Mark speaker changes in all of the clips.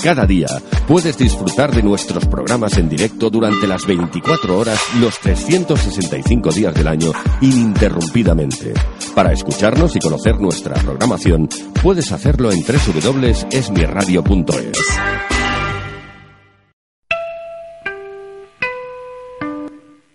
Speaker 1: Cada día puedes disfrutar de nuestros programas en directo durante las 24 horas, los 365 días del año, ininterrumpidamente. Para escucharnos y conocer nuestra programación, puedes hacerlo en www.esmirradio.es.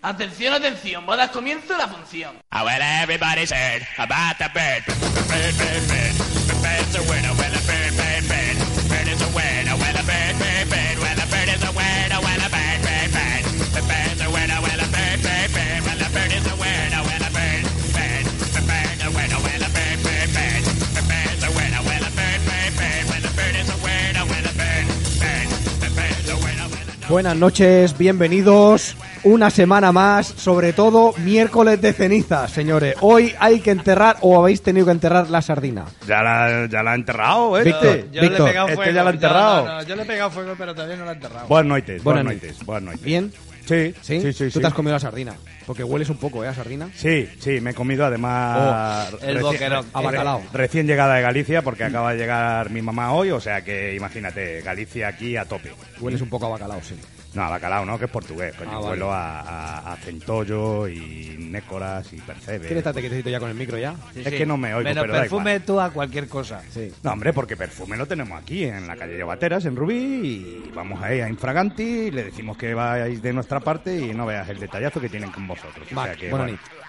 Speaker 2: Atención, atención, bodas comienzo la función.
Speaker 3: Oh, well, everybody's heard about the bird. Bird, bird, bird, bird. The bird's a winner. Well, a bird, bird, bird. Bird is a winner. Well, a bird, bird, bird. Well, a bird is a winner. Well, a bird, bird, bird. The bird's a winner. Well, a bird, bird, bird. Well, a bird is a winner. Well, a bird, bird. The bird's a winner. Well, a bird, bird, bird. The bird's a winner. Well, a bird, bird, bird. Well, a bird is a winner. Well, a bird, bird. The bird's a winner. Well, a
Speaker 4: Buenas noches, bienvenidos. Una semana más, sobre todo miércoles de ceniza, señores. Hoy hay que enterrar o habéis tenido que enterrar la sardina.
Speaker 5: Ya la, ya la ha enterrado, ¿eh?
Speaker 4: Víctor,
Speaker 5: Este.
Speaker 4: Víctor,
Speaker 5: este ya la ha enterrado.
Speaker 6: No, no, yo le he pegado fuego, pero todavía no la he enterrado.
Speaker 5: Buenas noites,
Speaker 4: Buenas
Speaker 5: buenas noites, buenas noites.
Speaker 4: ¿Bien?
Speaker 5: Sí,
Speaker 4: ¿Sí?
Speaker 5: sí, sí. sí,
Speaker 4: Tú te has comido la sardina. Porque hueles un poco, ¿eh? A sardina.
Speaker 5: Sí, sí, me he comido además.
Speaker 6: Oh, el
Speaker 5: reci-
Speaker 6: boquerón.
Speaker 5: re-
Speaker 4: A bacalao.
Speaker 5: Recién llegada de Galicia, porque acaba de llegar mi mamá hoy, o sea que imagínate, Galicia aquí a tope.
Speaker 4: Hueles un poco a bacalao, sí.
Speaker 5: No, a bacalao, no, que es portugués, coño.
Speaker 4: Ah,
Speaker 5: pues
Speaker 4: vale.
Speaker 5: Vuelo a, a- a Centollo y Nécoras y Percebe.
Speaker 4: ¿Quieres estarte quietecito ya con el micro ya?
Speaker 6: Sí,
Speaker 5: es
Speaker 6: sí.
Speaker 5: que no me oigo,
Speaker 6: Menos
Speaker 5: pero da
Speaker 6: perfume
Speaker 5: igual.
Speaker 6: tú a cualquier cosa.
Speaker 4: Sí.
Speaker 5: No, hombre, porque perfume lo tenemos aquí, en la calle Llobateras, en Rubí, y vamos ahí a Infraganti, y le decimos que vais de nuestra parte y no veas el detallazo que tienen con vosotros. O sea
Speaker 4: Mac,
Speaker 5: que,
Speaker 4: bueno,
Speaker 5: bueno.
Speaker 4: Nick,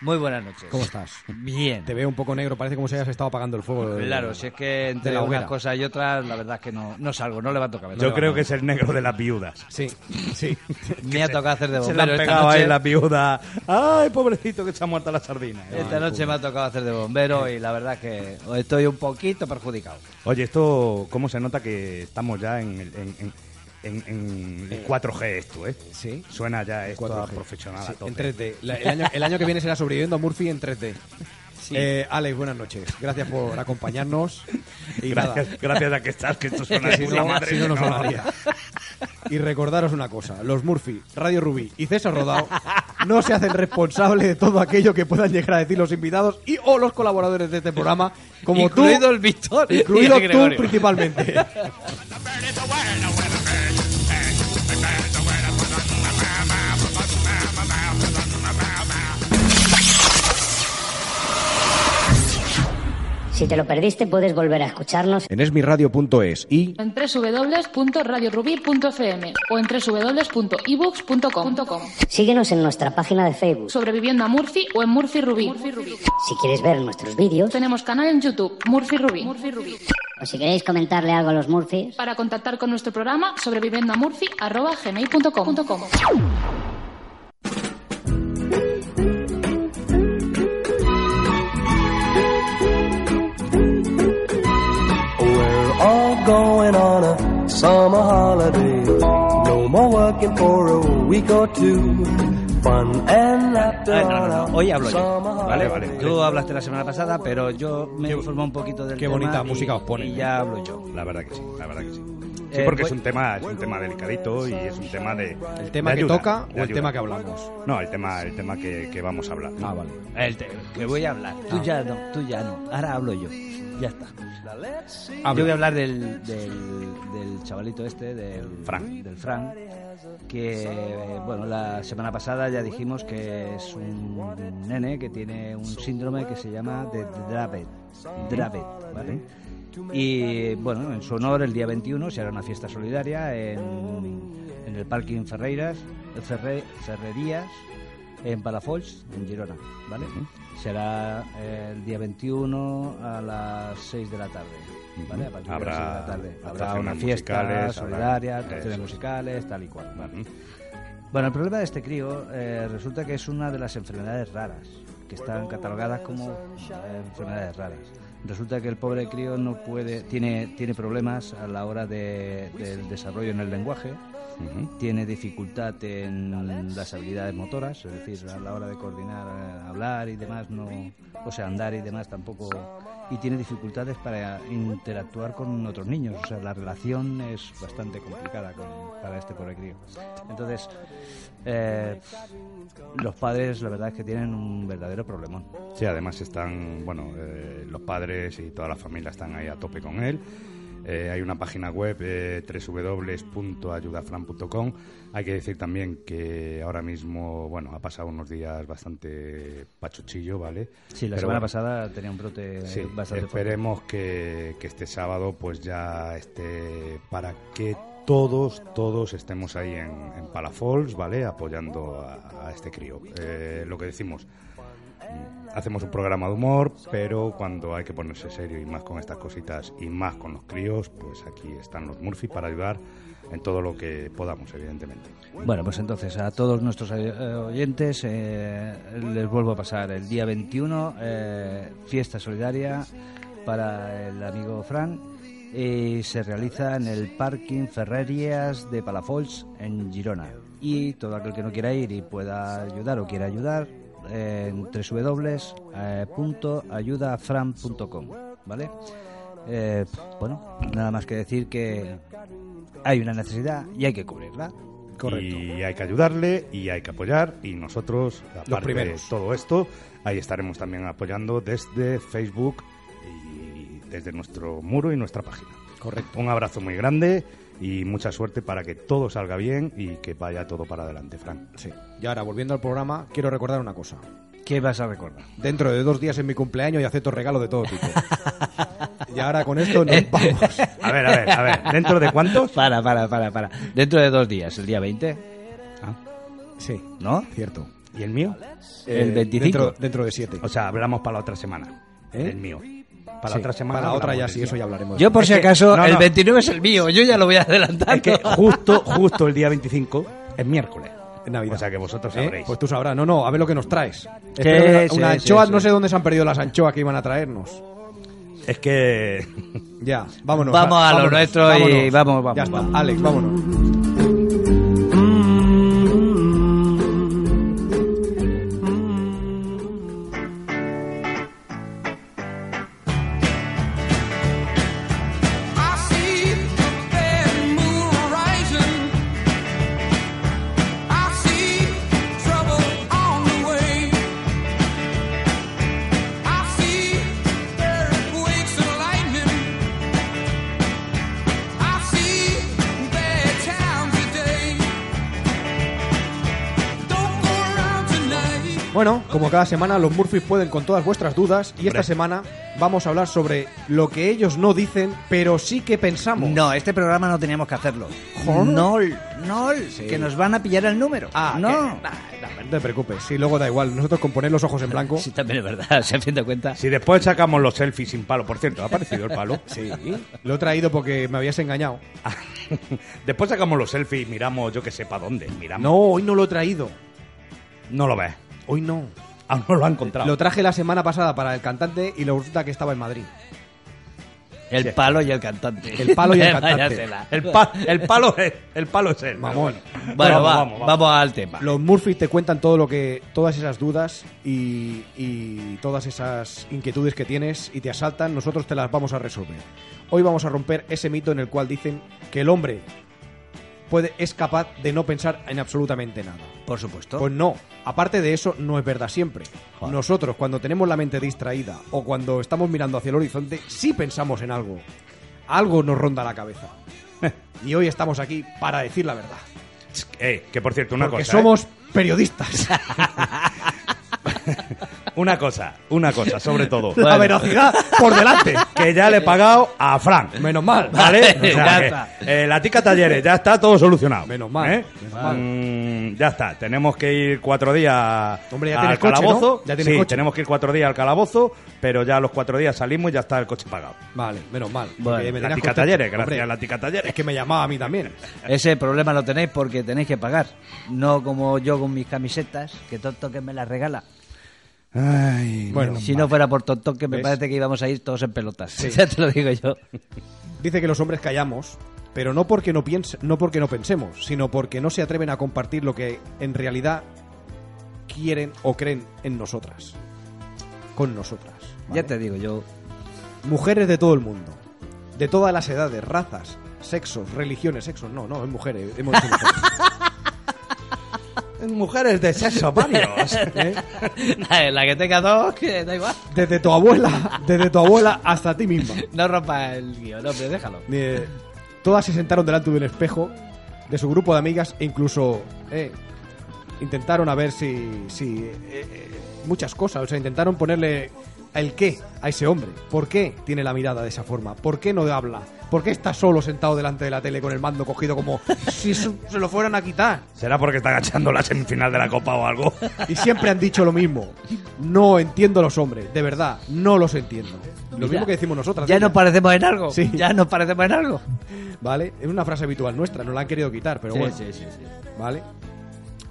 Speaker 6: Muy buenas noches.
Speaker 4: ¿cómo estás?
Speaker 6: Bien.
Speaker 4: Te veo un poco negro, parece como si hayas estado apagando el fuego. del-
Speaker 6: Claro, si es que entre
Speaker 4: de la
Speaker 6: unas
Speaker 4: hoguera.
Speaker 6: cosas y otras, la verdad es que no, no salgo, no levanto cabeza.
Speaker 5: Yo creo que es el negro de las viudas.
Speaker 4: Sí, sí.
Speaker 6: Me ha tocado hacer de
Speaker 5: Se le han
Speaker 6: bombero esta
Speaker 5: pegado ahí
Speaker 6: noche.
Speaker 5: las viudas. ¡Ay, pobrecito que está muerta la sardina!
Speaker 6: Esta noche me ha tocado hacer de bombero y la verdad es que estoy un poquito perjudicado.
Speaker 5: Oye, esto, ¿cómo se nota que estamos ya en, el- en, en- en- en el 4G esto, eh?
Speaker 4: Sí.
Speaker 5: Suena ya esto a
Speaker 4: 4G.
Speaker 5: profesional a
Speaker 4: Sí,
Speaker 5: tope.
Speaker 4: en 3D. La- el, año, el año que viene será sobreviviendo a Murphy en 3D. Eh, Alex, buenas noches. Gracias por acompañarnos. Y
Speaker 5: Gracias,
Speaker 4: nada,
Speaker 5: gracias a que estás, que esto suena
Speaker 4: que si
Speaker 5: de puta
Speaker 4: no,
Speaker 5: madre,
Speaker 4: si no nos
Speaker 5: no.
Speaker 4: sonaría. Y recordaros una cosa, los Murphy, Radio Rubí y César Rodao no se hacen responsables de todo aquello que puedan llegar a decir los invitados y o los colaboradores de este programa, como
Speaker 6: incluido
Speaker 4: tú,
Speaker 6: el Víctor. y
Speaker 4: incluido
Speaker 6: el
Speaker 4: tú
Speaker 6: Gregorio.
Speaker 4: principalmente.
Speaker 3: The bird is a winner. Well, a bird, bird. The bird's a winner. Well, a bow, bow, bow, bow, bow, bow, bow, bow.
Speaker 7: Si te lo perdiste, puedes volver a escucharnos
Speaker 4: En esmiradio.es y
Speaker 8: en www.radiorubí.fm o en www.ebooks.com.
Speaker 7: Síguenos en nuestra página de Facebook.
Speaker 8: Sobreviviendo a Murphy o en Murphy Rubí.
Speaker 7: Si quieres ver nuestros vídeos
Speaker 8: Tenemos canal en YouTube, Murphy Rubí.
Speaker 7: o si queréis comentarle algo a los Murphys,
Speaker 8: Para contactar con nuestro programa, sobreviviendo a Murphy, arroba gmail.com.
Speaker 2: We're all going on a summer holiday. No more working for a week or two. Fun and laughter
Speaker 6: Ah, no, no, no. Hoy hablo yo.
Speaker 2: summer
Speaker 5: Vale, vale.
Speaker 6: Tú hablaste la semana pasada, pero yo me he informado un poquito del
Speaker 4: qué
Speaker 6: tema
Speaker 4: bonita
Speaker 6: y-
Speaker 4: música os ponen,
Speaker 6: Y
Speaker 4: eh.
Speaker 6: ya hablo yo.
Speaker 5: La verdad que sí, la verdad que sí. Sí,
Speaker 6: Eh,
Speaker 5: porque
Speaker 6: pues-
Speaker 5: es un tema, es un tema delicadito y es un tema de
Speaker 4: el tema
Speaker 5: de
Speaker 4: que
Speaker 5: ayuda,
Speaker 4: toca
Speaker 5: de
Speaker 4: o el
Speaker 5: ayuda.
Speaker 4: tema que hablamos.
Speaker 5: No, el tema, el tema que, que vamos a hablar.
Speaker 4: Ah, vale.
Speaker 6: El te- que voy a hablar. Tú ya no, tú ya no. Ahora hablo yo. Ya está. Yo voy a hablar del, del, del chavalito este, del
Speaker 5: Fran.
Speaker 6: Del Fran que, eh, bueno, la semana pasada ya dijimos que es un nene que tiene un síndrome que se llama de Dravet. Dravet, ¿vale? Y, bueno, en su honor, el día 21 se hará una fiesta solidaria en, en el parking Ferreiras, Ferre- Ferrerías, en Palafolls, en Girona, ¿vale? Será eh, el día 21 a las 6 de la tarde, ¿vale? A partir de las 6 de la
Speaker 5: Habrá
Speaker 6: tarde. Habrá
Speaker 5: actuaciones
Speaker 6: una fiesta
Speaker 5: musicales,
Speaker 6: solidaria,
Speaker 5: habrá-
Speaker 6: actuaciones
Speaker 5: eso.
Speaker 6: musicales, tal y cual, ¿vale?
Speaker 5: Ujú.
Speaker 6: Bueno, el problema de este crío eh, resulta que es una de las enfermedades raras, que están catalogadas como eh, enfermedades raras.
Speaker 3: Resulta que el pobre crío no puede, tiene, tiene problemas a la hora de- del desarrollo en el lenguaje, tiene dificultad en las habilidades motoras, es decir, a la hora de coordinar, eh, hablar y demás, no, o sea, andar y demás tampoco, y tiene dificultades para interactuar con otros niños, o sea, la relación es bastante complicada con- para este pobre crío. Entonces, eh, los padres, la verdad es que tienen un verdadero problemón.
Speaker 5: Sí, además están, bueno, eh, los padres y toda la familia están ahí a tope con él. Eh, hay una página web, eh, www.ayudafran.com. Hay que decir también que ahora mismo, bueno, ha pasado unos días bastante pachuchillo, ¿vale?
Speaker 3: Sí, la
Speaker 5: Pero
Speaker 3: semana
Speaker 5: bueno,
Speaker 3: pasada tenía un brote
Speaker 5: Sí,
Speaker 3: bastante fuerte.
Speaker 5: esperemos que, que este sábado pues ya esté para que todos, todos estemos ahí en, en Palafols, ¿vale? Apoyando a, a este crío. Eh, lo que decimos, mm, hacemos un programa de humor, pero cuando hay que ponerse serio y más con estas cositas y más con los críos, pues aquí están los Murphy para ayudar en todo lo que podamos, evidentemente.
Speaker 3: Bueno, pues entonces a todos nuestros eh, oyentes eh, les vuelvo a pasar el día 21, eh, fiesta solidaria para el amigo Fran y se realiza en el parking Ferrerías de Palafolls en Girona. Y todo aquel que no quiera ir y pueda ayudar o quiera ayudar eh, en www.ayudafran.com, ¿vale? Eh, bueno, nada más que decir que hay una necesidad y hay que cubrirla.
Speaker 5: Correcto. Y hay que ayudarle y hay que apoyar. Y nosotros, aparte de
Speaker 3: primeros.
Speaker 5: todo esto, ahí estaremos también apoyando desde Facebook y desde nuestro muro y nuestra página. Correcto. Un abrazo muy grande y mucha suerte para que todo salga bien y que vaya todo para adelante, Fran.
Speaker 4: Sí. Y ahora, volviendo al programa, quiero recordar una cosa.
Speaker 3: ¿Qué vas a recordar?
Speaker 4: Dentro de dos días es mi cumpleaños y acepto regalos de todo tipo. y ahora con esto nos vamos.
Speaker 5: A ver, a ver, a ver. ¿Dentro de cuántos?
Speaker 3: Para, para, para, para. Dentro de dos días, el día 20,
Speaker 4: Sí,
Speaker 3: ¿no?
Speaker 4: cierto.
Speaker 5: ¿Y el mío?
Speaker 3: El
Speaker 4: Eh,
Speaker 3: 25.
Speaker 4: Dentro, dentro de siete.
Speaker 5: O sea, hablamos para la otra semana. El mío. Para
Speaker 4: ¿Eh? Sí,
Speaker 5: la otra semana.
Speaker 4: Para la otra ya
Speaker 5: hablamos
Speaker 4: sí,
Speaker 5: del
Speaker 4: eso
Speaker 5: mío.
Speaker 4: ya hablaremos.
Speaker 3: Yo, por si
Speaker 5: Es que-
Speaker 3: acaso,
Speaker 5: no,
Speaker 3: el
Speaker 5: no.
Speaker 3: 29 es el mío, yo ya lo voy adelantando.
Speaker 5: Es que justo, justo el día 25 es miércoles.
Speaker 4: En Navidad.
Speaker 5: O sea que vosotros
Speaker 4: ¿Eh?
Speaker 5: sabréis.
Speaker 4: Pues tú sabrás. No, no, a ver lo que nos traes.
Speaker 3: Que
Speaker 4: Espero que
Speaker 3: es,
Speaker 4: una
Speaker 3: es,
Speaker 4: anchoa,
Speaker 3: es,
Speaker 4: no
Speaker 3: es.
Speaker 4: sé dónde se han perdido las anchoas que iban a traernos.
Speaker 5: Es que
Speaker 4: Ya, vámonos.
Speaker 3: Vamos
Speaker 4: va-
Speaker 3: a lo
Speaker 4: vámonos,
Speaker 3: nuestro y vamos, vamos,
Speaker 4: Ya está,
Speaker 3: vamos.
Speaker 4: Alex, vámonos.
Speaker 9: I see the red moon rising. I see trouble on the way. I see earthquakes and lightning. I see bad times today. Don't go around tonight.
Speaker 4: Bueno, como cada semana, los Murphys pueden con todas vuestras dudas y esta semana vamos a hablar sobre lo que ellos no dicen, pero sí que pensamos.
Speaker 3: No, este programa no teníamos que hacerlo.
Speaker 4: Joder.
Speaker 3: No, no, que nos van a pillar el número.
Speaker 4: Ah,
Speaker 3: no.
Speaker 4: que- nah, nah, no te preocupes, sí, luego da igual. Nosotros con poner los ojos en blanco.
Speaker 3: Sí, también es verdad, se a fin de cuentas.
Speaker 5: si después sacamos los selfies sin palo, por cierto, ha aparecido el palo.
Speaker 4: Sí, lo he traído porque me habías engañado.
Speaker 5: Después sacamos los selfies y miramos, yo que sé, para dónde. Miramos.
Speaker 4: No, hoy no lo he traído.
Speaker 5: No lo ves.
Speaker 4: Hoy no.
Speaker 5: Aún no lo ha encontrado.
Speaker 4: Lo traje la semana pasada para el cantante y lo resulta que estaba en Madrid.
Speaker 3: El palo y el cantante.
Speaker 4: El palo y el
Speaker 3: Vaya
Speaker 4: cantante.
Speaker 3: tela.
Speaker 5: el, pa- el palo es el palo es él.
Speaker 4: Mamón.
Speaker 3: Bueno, va,
Speaker 5: vamos,
Speaker 3: vamos,
Speaker 5: vamos.
Speaker 3: al tema.
Speaker 4: Los Murphys te cuentan todo lo que, todas esas dudas y, y todas esas inquietudes que tienes y te asaltan, nosotros te las vamos a resolver. Hoy vamos a romper ese mito en el cual dicen que el hombre puede, es capaz de no pensar en absolutamente nada.
Speaker 3: Por supuesto.
Speaker 4: Pues no, aparte de eso, no es verdad siempre.
Speaker 3: Joder.
Speaker 4: Nosotros, cuando tenemos la mente distraída o cuando estamos mirando hacia el horizonte, sí pensamos en algo. Algo nos ronda la cabeza. y hoy estamos aquí para decir la verdad.
Speaker 5: Eh, que por cierto, una
Speaker 4: porque
Speaker 5: cosa. ¿eh?
Speaker 4: somos periodistas.
Speaker 5: eh, Una cosa, una cosa, sobre todo.
Speaker 4: la veracidad por delante.
Speaker 5: Que ya le he pagado a Frank.
Speaker 4: Menos mal.
Speaker 5: ¿Vale? O sea
Speaker 3: Ya
Speaker 5: que,
Speaker 3: está.
Speaker 5: eh, la tica talleres, ya está todo solucionado.
Speaker 4: Menos mal,
Speaker 5: ¿Eh?
Speaker 4: menos mal.
Speaker 5: Mm, ya está, tenemos que ir cuatro días
Speaker 4: Hombre, ya
Speaker 5: al
Speaker 4: tienes coche,
Speaker 5: calabozo.
Speaker 4: ¿no? Ya tienes
Speaker 5: sí,
Speaker 4: coche.
Speaker 5: tenemos que ir cuatro días al calabozo, pero ya a los cuatro días salimos y ya está el coche pagado.
Speaker 4: Vale, menos mal. porque
Speaker 3: Bueno,
Speaker 4: me tenías
Speaker 5: La tica
Speaker 4: contento.
Speaker 5: talleres, gracias
Speaker 4: Hombre,
Speaker 5: a la tica talleres.
Speaker 4: Es que me llamaba a mí también.
Speaker 3: Ese problema lo tenéis porque tenéis que pagar. No como yo con mis camisetas, que tonto que me las regala.
Speaker 5: Ay,
Speaker 4: Bueno,
Speaker 6: si no fuera por Tontón, que me
Speaker 4: ¿Ves?
Speaker 6: parece que íbamos a ir todos en pelotas.
Speaker 4: Sí.
Speaker 6: Ya te lo digo yo.
Speaker 4: Dice que los hombres callamos, pero no porque no, piense, no porque no pensemos, sino porque no se atreven a compartir lo que en realidad quieren o creen en nosotras. Con nosotras. ¿vale?
Speaker 6: Ya te digo yo.
Speaker 4: Mujeres de todo el mundo, de todas las edades, razas, sexos, religiones, sexos. No, no, es mujeres. Hemos dicho mujeres.
Speaker 5: Mujeres de sexo varios.
Speaker 4: ¿eh?
Speaker 6: La que tenga dos, que da igual.
Speaker 4: Desde tu abuela, desde tu abuela hasta ti misma.
Speaker 6: No rompa el guión, hombre, déjalo.
Speaker 4: Eh, todas se sentaron delante de un espejo de su grupo de amigas e incluso eh, intentaron a ver si, si eh, eh, muchas cosas, o sea, intentaron ponerle el qué a ese hombre. ¿Por qué tiene la mirada de esa forma? ¿Por qué no habla? ¿Por qué está solo sentado delante de la tele con el mando cogido como si su- se lo fueran a quitar?
Speaker 5: ¿Será porque está agachando la semifinal de la Copa o algo?
Speaker 4: Y siempre han dicho lo mismo. No entiendo a los hombres, de verdad, no los entiendo. Lo mismo que decimos nosotras.
Speaker 6: Ya
Speaker 4: ¿eh?
Speaker 6: nos parecemos en algo.
Speaker 4: Sí.
Speaker 6: Ya nos parecemos en algo.
Speaker 4: ¿Vale? Es una frase habitual nuestra, no la han querido quitar, pero bueno.
Speaker 6: sí, sí.
Speaker 4: ¿vale?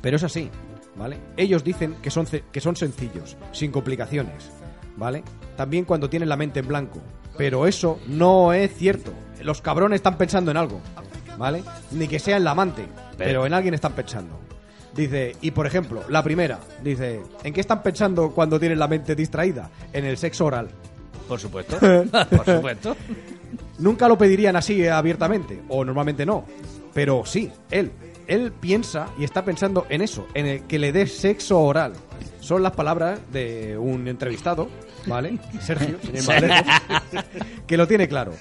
Speaker 4: Pero es así, ¿vale? Ellos dicen que son, ce- que son sencillos, sin complicaciones, ¿vale? También cuando tienen la mente en blanco. Pero eso no es cierto. Los cabrones están pensando en algo, ¿vale? Ni que sea en la amante, pero en alguien están pensando. Dice, y por ejemplo, la primera, dice, ¿en qué están pensando cuando tienen la mente distraída? En el sexo oral.
Speaker 6: Por supuesto. Por supuesto.
Speaker 4: Nunca lo pedirían así eh, abiertamente, o normalmente no. Pero sí, él. Él piensa y está pensando en eso, en el que le dé sexo oral. Son las palabras de un entrevistado, ¿vale? Sergio, sin ir más lejos, que lo tiene claro.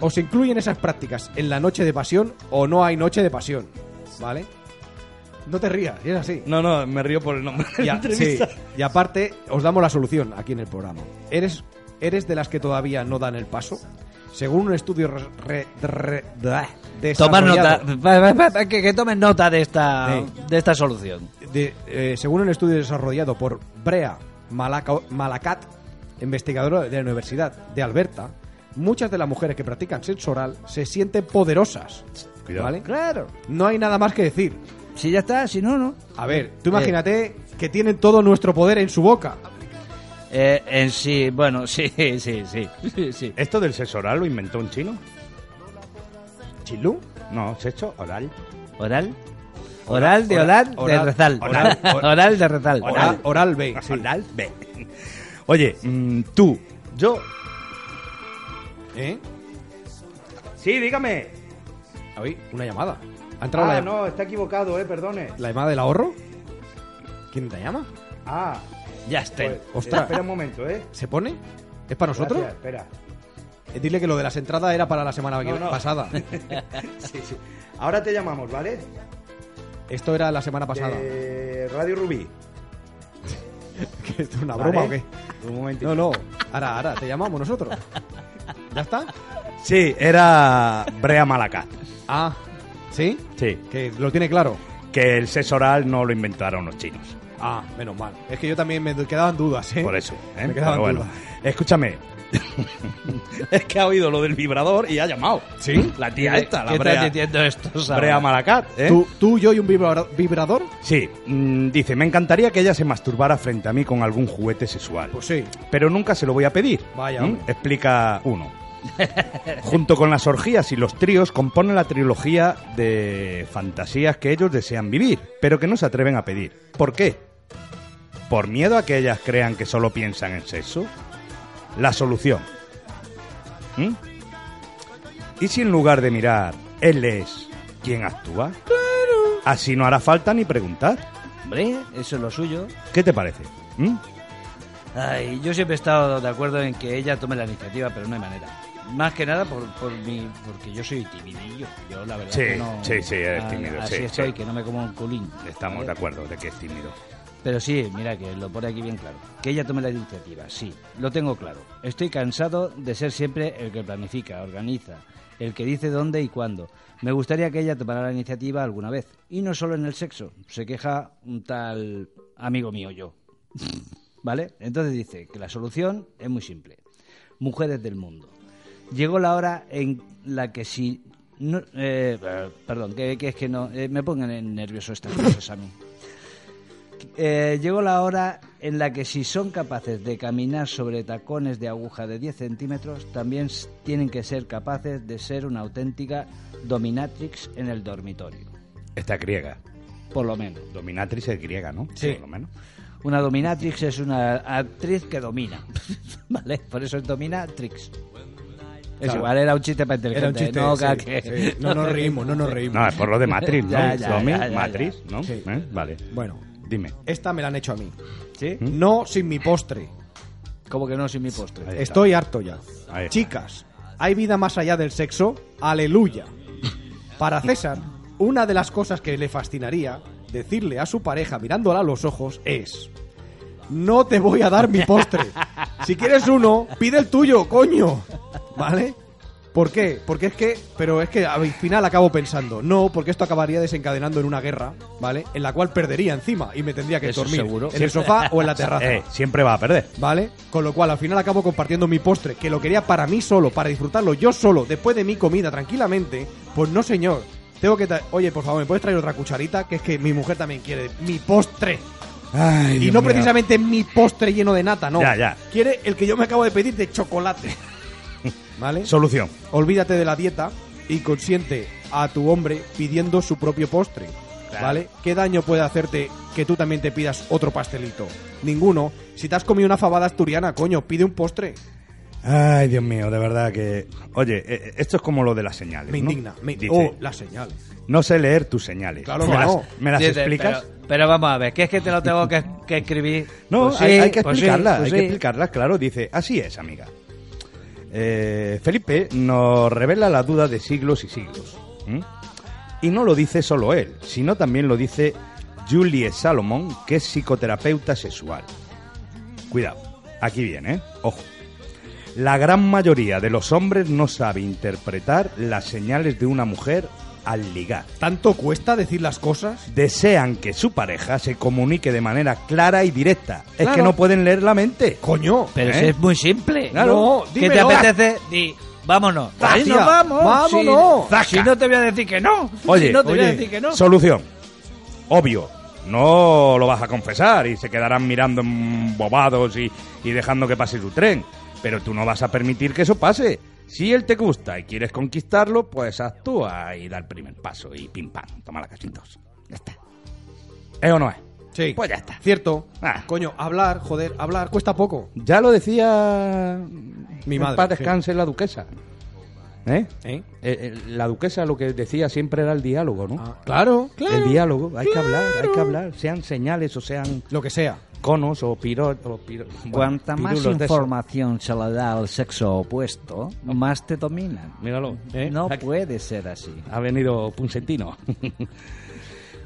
Speaker 4: O se incluyen esas prácticas en la noche de pasión o no hay noche de pasión, ¿vale? No te rías, es así.
Speaker 5: No, no, me río por el nombre de
Speaker 4: Y,
Speaker 5: la
Speaker 4: a-
Speaker 5: entrevista.
Speaker 4: sí. Y aparte, os damos la solución aquí en el programa. ¿Eres, ¿Eres de las que todavía no dan el paso? Según un estudio re- re- re- da-
Speaker 6: Tomar nota.
Speaker 4: desarrollado-
Speaker 6: Va, va, va, va, Que, que tomen nota de esta,
Speaker 4: Sí.
Speaker 6: de esta solución.
Speaker 4: de- eh, según un estudio desarrollado por Brea Malaca- Malacat, investigadora de la Universidad de Alberta, muchas de las mujeres que practican sexo oral se sienten poderosas.
Speaker 5: Cuidado.
Speaker 4: ¿vale?
Speaker 6: Claro.
Speaker 4: No hay nada más que decir.
Speaker 6: Si ya está, si no, no.
Speaker 4: A ver, tú imagínate que tienen todo nuestro poder en su boca.
Speaker 6: Eh, en sí, bueno, sí, sí, sí. sí, sí.
Speaker 5: ¿Esto del sexo oral lo inventó un chino?
Speaker 4: ¿Chilú?
Speaker 5: No, sexo oral.
Speaker 6: ¿Oral? Oral de oral,
Speaker 4: Oral.
Speaker 6: de rezal.
Speaker 4: Oral.
Speaker 6: Oral, de rezal.
Speaker 4: Oral, oral B. sí.
Speaker 5: Oral B. Oye, mm, tú, yo.
Speaker 4: ¿Eh?
Speaker 5: Sí, dígame.
Speaker 4: Ay, una llamada. ¿Ha entrado la,
Speaker 5: Ah, no, está equivocado, eh, perdone.
Speaker 4: la llamada del ahorro? ¿Quién te llama?
Speaker 5: Ah,
Speaker 6: Ya está.
Speaker 4: Ostras.
Speaker 5: un momento, eh.
Speaker 4: ¿Se pone? ¿Es para nosotros?
Speaker 5: Gracias, espera.
Speaker 4: Eh, Dile que lo de las entradas era para la semana que-
Speaker 5: no.
Speaker 4: pasada.
Speaker 5: Sí, sí. Ahora te llamamos, ¿vale?
Speaker 4: Esto era la semana pasada.
Speaker 5: De Radio Rubí.
Speaker 4: ¿Que ¿Esto es una broma
Speaker 5: ¿Vale?
Speaker 4: o
Speaker 5: Un
Speaker 4: qué?
Speaker 5: momentito.
Speaker 4: No, no. Ahora, ahora, te llamamos nosotros. ¿Ya está?
Speaker 5: Sí, era Brea Malaca.
Speaker 4: Ah, ¿sí?
Speaker 5: Sí.
Speaker 4: Que lo tiene claro.
Speaker 5: Que el sexo oral no lo inventaron los chinos.
Speaker 4: Ah, menos mal. Es que yo también me quedaban dudas, ¿eh?
Speaker 5: Por eso. ¿eh?
Speaker 4: Me quedaban
Speaker 5: Pero bueno.
Speaker 4: dudas.
Speaker 5: Escúchame. es que ha oído lo del vibrador y ha llamado.
Speaker 4: ¿Sí?
Speaker 5: La tía esta, la
Speaker 6: ¿Qué estás
Speaker 5: Brea,
Speaker 6: diciendo estos
Speaker 5: Brea
Speaker 6: ahora?
Speaker 5: Malacat, ¿eh?
Speaker 4: ¿Tú, tú, yo y un vibra- vibrador?
Speaker 5: Sí, mm, dice, me encantaría que ella se masturbara frente a mí con algún juguete sexual.
Speaker 4: Pues sí.
Speaker 5: pero nunca se lo voy a pedir.
Speaker 4: Vaya,
Speaker 5: ¿Mm?
Speaker 4: hombre.
Speaker 5: Explica uno. Junto con las orgías y los tríos componen la trilogía de fantasías que ellos desean vivir, pero que no se atreven a pedir. ¿Por qué? ¿Por miedo a que ellas crean que solo piensan en sexo? La solución. ¿Mm? ¿Y si en lugar de mirar, él es quien actúa? Así no hará falta ni preguntar.
Speaker 6: Hombre, eso es lo suyo.
Speaker 5: ¿Qué te parece? ¿Mm?
Speaker 6: Ay, yo siempre he estado de acuerdo en que ella tome la iniciativa, pero no hay manera. Más que nada por, por mi, porque yo soy timidillo. Yo, la verdad,
Speaker 5: Sí,
Speaker 6: que no.
Speaker 5: sí, sí, eres
Speaker 6: a-
Speaker 5: tímido,
Speaker 6: Así
Speaker 5: sí,
Speaker 6: estoy,
Speaker 5: sí.
Speaker 6: que no me como un culín.
Speaker 5: Estamos
Speaker 6: ¿vale?
Speaker 5: de acuerdo de que es tímido.
Speaker 6: Pero sí, mira que lo pone aquí bien claro. Que ella tome la iniciativa, sí, lo tengo claro. Estoy cansado de ser siempre el que planifica, organiza, el que dice dónde y cuándo. Me gustaría que ella tomara la iniciativa alguna vez. Y no solo en el sexo, se queja un tal amigo mío yo. ¿Vale? Entonces dice que la solución es muy simple. Mujeres del mundo. Llegó la hora en la que si... no- eh, perdón, que, que es que no... eh, me pongan en nervioso estas cosas a mí. Eh, llegó la hora en la que si son capaces de caminar sobre tacones de aguja de 10 centímetros, también s- tienen que ser capaces de ser una auténtica dominatrix en el dormitorio.
Speaker 5: Esta es griega.
Speaker 6: Por lo menos.
Speaker 5: Dominatrix es griega, ¿no?
Speaker 6: Sí.
Speaker 5: Por lo menos.
Speaker 6: Una dominatrix es una actriz que domina, ¿vale? Por eso es dominatrix. Es
Speaker 5: Claro.
Speaker 6: igual, era un chiste para
Speaker 5: Era un
Speaker 6: inteligentes.
Speaker 5: chiste,
Speaker 6: no,
Speaker 5: sí,
Speaker 6: ca- que-
Speaker 5: sí. No nos reímos, no nos reímos. No, es por lo de Matrix, ¿no?
Speaker 6: Ya, ya,
Speaker 5: Domi,
Speaker 6: ya, ya, ya.
Speaker 5: Matrix, ¿no? ¿Eh? Vale.
Speaker 4: Bueno.
Speaker 5: Dime.
Speaker 4: Esta me la han hecho a mí.
Speaker 6: ¿Sí?
Speaker 4: No sin mi postre.
Speaker 6: ¿Cómo que no sin mi postre?
Speaker 5: Ahí está.
Speaker 4: Estoy harto ya.
Speaker 5: Ahí está.
Speaker 4: Chicas, ¿hay vida más allá del sexo? Aleluya. Para César, una de las cosas que le fascinaría decirle a su pareja mirándola a los ojos es... No te voy a dar mi postre. Si quieres uno, pide el tuyo, coño. ¿Vale? ¿Por qué? Porque es que, pero es que al final acabo pensando, no, porque esto acabaría desencadenando en una guerra, ¿vale? En la cual perdería encima y me tendría que
Speaker 5: Eso
Speaker 4: dormir
Speaker 5: seguro.
Speaker 4: en el sofá o en la terraza.
Speaker 5: Eh, siempre va a perder.
Speaker 4: ¿Vale? Con lo cual al final acabo compartiendo mi postre, que lo quería para mí solo, para disfrutarlo yo solo, después de mi comida tranquilamente. Pues no, señor. Tengo que... tra- Oye, por favor, ¿me puedes traer otra cucharita? Que es que mi mujer también quiere mi postre.
Speaker 5: Ay,
Speaker 4: y
Speaker 5: Dios
Speaker 4: no
Speaker 5: mío.
Speaker 4: precisamente mi postre lleno de nata, no.
Speaker 5: Ya, ya.
Speaker 4: Quiere el que yo me acabo de pedir de chocolate. ¿Vale?
Speaker 5: Solución.
Speaker 4: Olvídate de la dieta y consiente a tu hombre pidiendo su propio postre.
Speaker 5: Claro.
Speaker 4: ¿Vale? ¿Qué daño puede hacerte que tú también te pidas otro pastelito? Ninguno. Si te has comido una fabada asturiana, coño, pide un postre.
Speaker 5: Ay, Dios mío, de verdad que. Oye, eh, esto es como lo de las señales.
Speaker 4: Me
Speaker 5: ¿no?
Speaker 4: indigna. Me...
Speaker 5: Dice,
Speaker 4: Oh, la señal.
Speaker 5: No sé leer tus señales.
Speaker 4: Claro
Speaker 5: ¿Me
Speaker 4: que
Speaker 5: las,
Speaker 4: no.
Speaker 5: ¿Me las
Speaker 6: Dice,
Speaker 5: explicas?
Speaker 6: Pero, pero vamos a ver, que es que te lo tengo que, que escribir.
Speaker 5: No,
Speaker 6: Pues sí,
Speaker 5: hay, hay que
Speaker 6: pues sí,
Speaker 5: explicarlas,
Speaker 6: pues
Speaker 5: hay que
Speaker 6: sí.
Speaker 5: explicarlas, claro. Dice, así es, amiga. Eh, Felipe nos revela la duda de siglos y siglos. ¿m? Y no lo dice solo él, sino también lo dice Julie Salomón, que es psicoterapeuta sexual. Cuidado, aquí viene, ¿eh? ojo. La gran mayoría de los hombres no sabe interpretar las señales de una mujer al ligar
Speaker 4: ¿Tanto cuesta decir las cosas?
Speaker 5: desean que su pareja se comunique de manera clara y directa. Es
Speaker 4: Claro.
Speaker 5: que no pueden leer la mente.
Speaker 4: Coño.
Speaker 6: Pero
Speaker 5: ¿Eh?
Speaker 6: si es muy simple.
Speaker 5: Claro.
Speaker 6: ¿Qué te
Speaker 4: dímelo.
Speaker 6: apetece? Di, vámonos.
Speaker 4: Zacia,
Speaker 6: Ahí nos vamos.
Speaker 4: vámonos.
Speaker 6: Si, si no te voy a decir que no.
Speaker 5: Oye,
Speaker 6: Si no te voy a
Speaker 5: oye,
Speaker 6: decir que no.
Speaker 5: solución. Obvio, no lo vas a confesar y se quedarán mirando bobados y, y dejando que pase su tren. Pero tú no vas a permitir que eso pase. Si él te gusta y quieres conquistarlo, pues actúa y da el primer paso y pim pam, toma la casitos. Ya está. ¿Es o no es?
Speaker 4: Sí.
Speaker 5: Pues ya está.
Speaker 4: Cierto.
Speaker 5: Ah.
Speaker 4: Coño, hablar, joder, hablar cuesta poco.
Speaker 5: Ya lo decía
Speaker 4: Mi
Speaker 5: en
Speaker 4: madre,
Speaker 5: paz
Speaker 4: sí.
Speaker 5: descanse la duquesa. ¿Eh?
Speaker 4: ¿Eh?
Speaker 5: Eh, eh, la duquesa lo que decía siempre era el diálogo, ¿no?
Speaker 4: Ah, claro, claro.
Speaker 5: el diálogo, hay que hablar, hay que hablar, sean señales o sean
Speaker 4: Lo que sea.
Speaker 5: conos o piro, o piro-
Speaker 6: Cuanta más
Speaker 5: pirulos de eso.
Speaker 6: información se le da al sexo opuesto, más te dominan.
Speaker 5: Míralo, ¿eh?
Speaker 6: No
Speaker 5: Aquí
Speaker 6: puede ser así.
Speaker 5: ha venido Punsentino.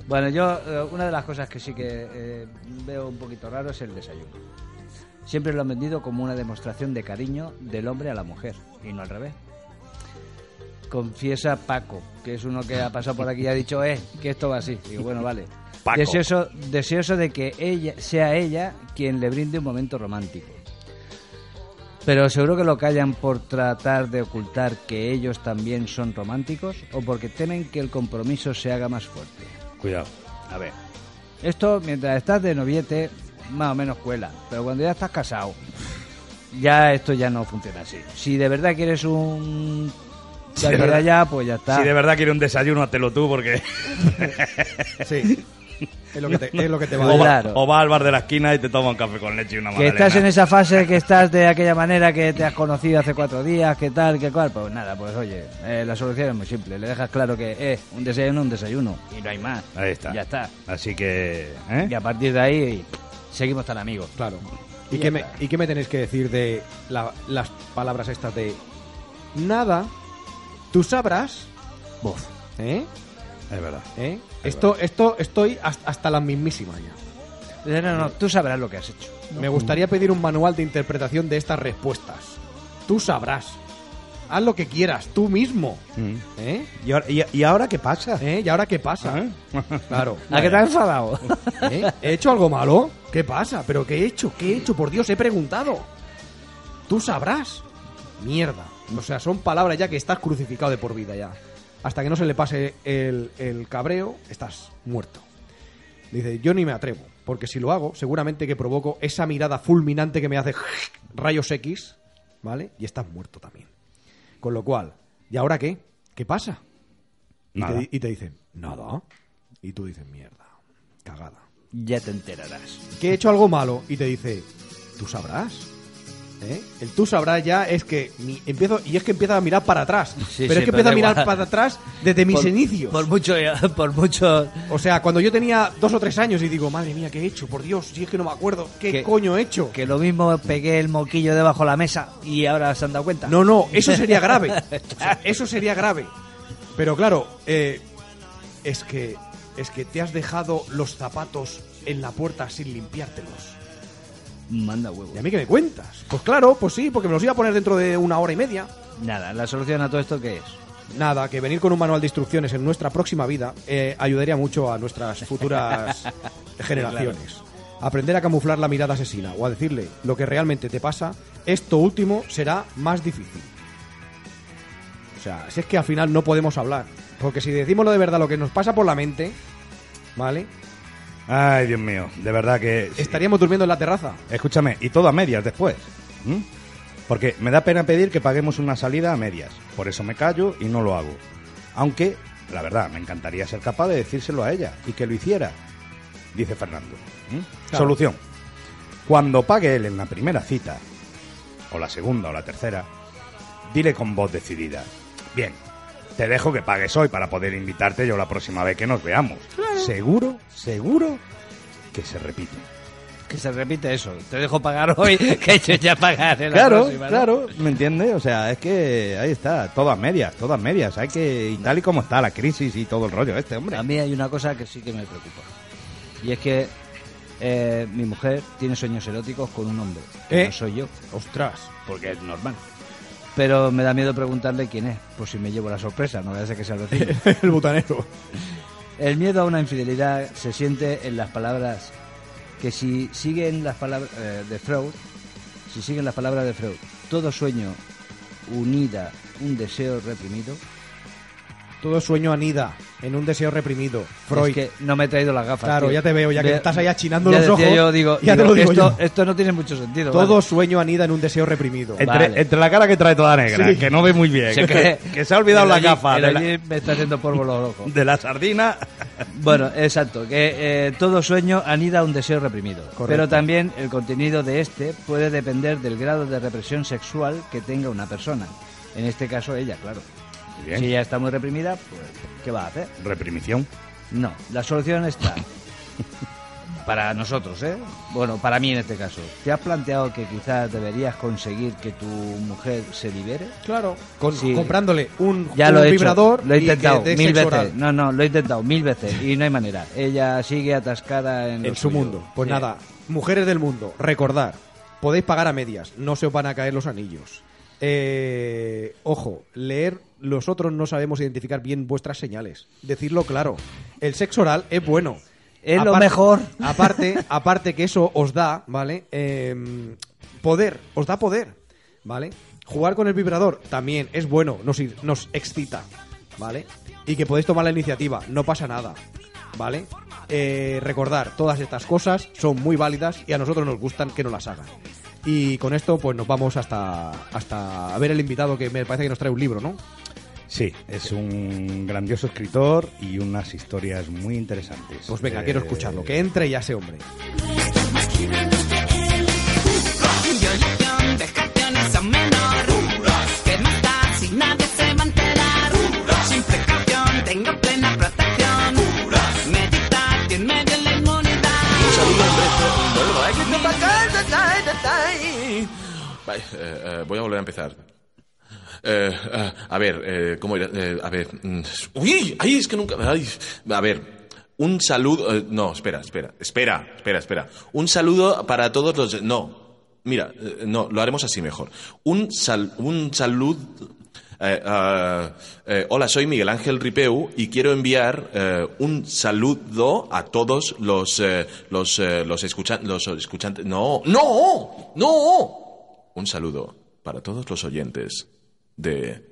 Speaker 6: Bueno, yo eh, una de las cosas que sí que eh, veo un poquito raro es el desayuno. Siempre lo han vendido como una demostración de cariño del hombre a la mujer y no al revés. Confiesa Paco, que es uno que ha pasado por aquí y ha dicho, eh, que esto va así. Digo, bueno, vale.
Speaker 5: Paco.
Speaker 6: Deseoso, deseoso de que ella sea ella quien le brinde un momento romántico. Pero seguro que lo callan por tratar de ocultar que ellos también son románticos o porque temen que el compromiso se haga más fuerte.
Speaker 5: Cuidado, a ver.
Speaker 6: Esto mientras estás de noviete, más o menos cuela. Pero cuando ya estás casado, ya esto ya no funciona así. Si de verdad quieres un.
Speaker 5: Si
Speaker 6: Ya
Speaker 5: de
Speaker 6: queda
Speaker 5: verdad-
Speaker 6: ya, pues ya está.
Speaker 5: Si de verdad quiere un desayuno, hátelo tú porque
Speaker 4: Sí. Es lo que te, es lo que te va a
Speaker 5: o, va,
Speaker 6: Claro.
Speaker 5: o va al bar de la esquina y te toma un café con leche y una
Speaker 6: que
Speaker 5: magdalena.
Speaker 6: estás en esa fase que estás de aquella manera que te has conocido hace cuatro días, que tal, que cual. Pues nada, pues oye, eh, la solución es muy simple. Le dejas claro que es un desayuno, un desayuno. Y no hay más.
Speaker 5: Ahí está.
Speaker 6: Ya está.
Speaker 5: Así que, ¿eh?
Speaker 6: Y a partir de ahí seguimos tan amigos.
Speaker 4: Claro. ¿Y qué, me, ¿Y qué me tenéis que decir de la- las palabras estas de nada? Tú sabrás.
Speaker 6: Vos.
Speaker 4: ¿Eh?
Speaker 5: es verdad.
Speaker 4: ¿Eh? Esto, esto estoy hasta, hasta la mismísima ya.
Speaker 6: No, no, tú sabrás lo que has hecho.
Speaker 4: Me gustaría pedir un manual de interpretación de estas respuestas. Tú sabrás. Haz lo que quieras, tú mismo.
Speaker 5: Mm.
Speaker 4: ¿Eh?
Speaker 5: ¿Y, ahora, y- y ahora qué pasa?
Speaker 4: ¿Eh? ¿Y ahora qué pasa? Claro.
Speaker 6: ¿A qué te has enfadado?
Speaker 4: ¿Eh? ¿He hecho algo malo? ¿Qué pasa? ¿Pero qué he hecho? ¿Qué he hecho? Por Dios, he preguntado. Tú sabrás. Mierda. O sea, son palabras ya que estás crucificado de por vida ya. Hasta que no se le pase el, el cabreo, estás muerto. Dice, yo ni me atrevo. porque si lo hago, seguramente que provoco esa mirada fulminante que me hace rayos X, ¿vale? Y estás muerto también. Con lo cual, ¿y ahora qué? ¿Qué pasa? Y,
Speaker 5: Nada.
Speaker 4: te, di- y te dicen, nada. Y tú dices, mierda, cagada.
Speaker 6: Ya te enterarás.
Speaker 4: Que he hecho algo malo. Y te dice, tú sabrás. ¿Eh? El tú sabrás ya es que mi- empiezo y es que empieza a mirar para atrás.
Speaker 6: Sí,
Speaker 4: pero
Speaker 6: sí,
Speaker 4: es que
Speaker 6: pero da
Speaker 4: empieza a mirar
Speaker 6: igual.
Speaker 4: para atrás desde mis
Speaker 6: Por-
Speaker 4: inicios.
Speaker 6: Por mucho, por mucho
Speaker 4: O sea, cuando yo tenía dos o tres años y digo, madre mía, ¿qué he hecho? Por Dios, si es que no me acuerdo, ¿qué
Speaker 6: Que-
Speaker 4: coño he hecho?
Speaker 6: que lo mismo pegué el moquillo debajo de la mesa y ahora se han dado cuenta.
Speaker 4: No, no, eso sería grave. O sea, eso sería grave. Pero claro, eh, es que es que te has dejado los zapatos en la puerta sin limpiártelos.
Speaker 6: Manda huevo.
Speaker 4: ¿Y a mí qué me cuentas? Pues claro, pues sí, porque me los iba a poner dentro de una hora y media.
Speaker 6: Nada, la solución a todo esto qué es?
Speaker 4: Nada, que venir con un manual de instrucciones en nuestra próxima vida eh, ayudaría mucho a nuestras futuras generaciones. Aprender a camuflar la mirada asesina o a decirle lo que realmente te pasa, esto último será más difícil. O sea, si es que al final no podemos hablar. Porque si decimos lo de verdad, lo que nos pasa por la mente, ¿vale?
Speaker 5: Ay, Dios mío, de verdad que...
Speaker 4: Estaríamos durmiendo en la terraza.
Speaker 5: Escúchame, y todo a medias después. ¿m? Porque me da pena pedir que paguemos una salida a medias. Por eso me callo y no lo hago. Aunque, la verdad, me encantaría ser capaz de decírselo a ella y que lo hiciera, dice Fernando. ¿m?
Speaker 4: Claro.
Speaker 5: Solución. Cuando pague él en la primera cita, o la segunda o la tercera, dile con voz decidida. Bien, te dejo que pagues hoy para poder invitarte yo la próxima vez que nos veamos. Seguro, seguro que se repite.
Speaker 6: Que se repite eso. Te dejo pagar hoy, que yo ya pagaré la
Speaker 5: Claro,
Speaker 6: próxima, ¿no?
Speaker 5: claro, ¿me entiendes? O sea, es que ahí está, todas medias, todas medias. Hay que, y tal y como está la crisis y todo el rollo este, hombre.
Speaker 6: A mí hay una cosa que sí que me preocupa. Y es que eh, mi mujer tiene sueños eróticos con un hombre. que
Speaker 4: ¿Eh?
Speaker 6: No soy yo,
Speaker 4: Ostras.
Speaker 6: porque es normal. Pero me da miedo preguntarle quién es, por si me llevo la sorpresa, no vaya a ser que sea el vecino.
Speaker 4: El butanero.
Speaker 6: El miedo a una infidelidad se siente en las palabras que si siguen las palabras eh, de Freud, si siguen las palabras de Freud, todo sueño unida un deseo reprimido.
Speaker 4: Todo sueño anida en un deseo reprimido. Freud.
Speaker 6: Es que no me he traído las gafas.
Speaker 4: Claro,
Speaker 6: tío.
Speaker 4: ya te veo, ya que
Speaker 6: Ve-
Speaker 4: estás ahí achinando
Speaker 6: ya
Speaker 4: los
Speaker 6: decía
Speaker 4: ojos,
Speaker 6: Yo digo,
Speaker 4: ya te
Speaker 6: digo,
Speaker 4: lo digo yo.
Speaker 6: esto, esto no tiene mucho sentido.
Speaker 4: Todo
Speaker 6: vale.
Speaker 4: sueño anida en un deseo reprimido.
Speaker 5: Entre,
Speaker 6: vale.
Speaker 5: entre la cara que trae toda negra,
Speaker 4: Sí.
Speaker 5: que no ve muy bien,
Speaker 6: Se
Speaker 5: que,
Speaker 6: cree-
Speaker 5: se ha olvidado
Speaker 6: el
Speaker 5: la
Speaker 6: allí-
Speaker 5: gafa
Speaker 6: el
Speaker 5: de la,
Speaker 6: allí me está haciendo polvo los ojos.
Speaker 5: de la sardina.
Speaker 6: Bueno, exacto, que eh, todo sueño anida un deseo reprimido. Pero también el contenido de este puede depender del grado de represión sexual que tenga una persona. En este caso, ella, claro.
Speaker 5: Bien.
Speaker 6: Si ella está muy reprimida, pues, ¿qué va a hacer?
Speaker 5: Reprimición.
Speaker 6: No, la solución está. Para nosotros, ¿eh? Bueno, para mí en este caso. ¿Te has planteado que quizás deberías conseguir que tu mujer se libere?
Speaker 4: Claro, con-
Speaker 6: Sí.
Speaker 4: comprándole un,
Speaker 6: Ya
Speaker 4: un
Speaker 6: lo he hecho,
Speaker 4: vibrador.
Speaker 6: lo he
Speaker 4: y que
Speaker 6: intentado
Speaker 4: dé
Speaker 6: mil
Speaker 4: sexo
Speaker 6: veces.
Speaker 4: oral
Speaker 6: No, no, lo he intentado mil veces y no hay manera. Ella sigue atascada en, lo
Speaker 4: En su
Speaker 6: suyo.
Speaker 4: mundo. Pues
Speaker 6: Sí.
Speaker 4: nada, mujeres del mundo, recordar, podéis pagar a medias, no se os van a caer los anillos. Eh, ojo, leer, los otros no sabemos identificar bien vuestras señales. Decirlo claro, el sexo oral es bueno.
Speaker 6: Es lo mejor.
Speaker 4: Aparte, aparte que eso os da, ¿vale? Em, poder, os da poder, ¿vale? Jugar con el vibrador también es bueno, nos, i- nos excita, ¿vale? Y que podéis tomar la iniciativa, no pasa nada, ¿vale? Eh, recordar, todas estas cosas son muy válidas y a nosotros nos gustan que no las hagan. Y con esto, pues nos vamos hasta, hasta a ver el invitado que me parece que nos trae un libro, ¿no?
Speaker 5: Sí, es un grandioso escritor y unas historias muy interesantes.
Speaker 4: Pues venga,
Speaker 5: Eh,
Speaker 4: quiero escucharlo, que entre ya ese hombre.
Speaker 10: Vale, eh, eh, voy a volver a empezar. Eh, ah, a ver, eh, ¿cómo era? Eh, a ver. mm, ¡Uy! ¡Ay, es que nunca. ay. A ver. Un saludo. eh, no, espera, espera. Espera, espera, espera. Un saludo para todos los. No. Mira, eh, no, lo haremos así mejor. Un, sal, un saludo. Eh, ah, eh, hola, soy Miguel Ángel Ripeu y quiero enviar eh, un saludo a todos los eh, los eh, los, escucha- los escuchantes. No, no, no. Un saludo para todos los oyentes de.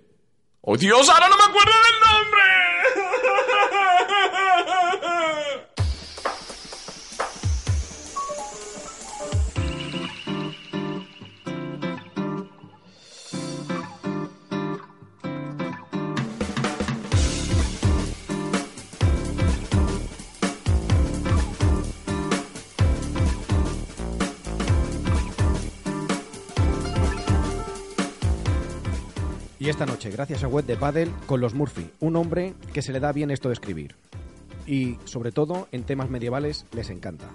Speaker 10: ¡Oh Dios! Ahora no me acuerdo del nombre.
Speaker 4: Y esta noche, gracias a Web de Paddle, con los Murphy, un hombre que se le da bien esto de escribir. Y, sobre todo, en temas medievales les encanta.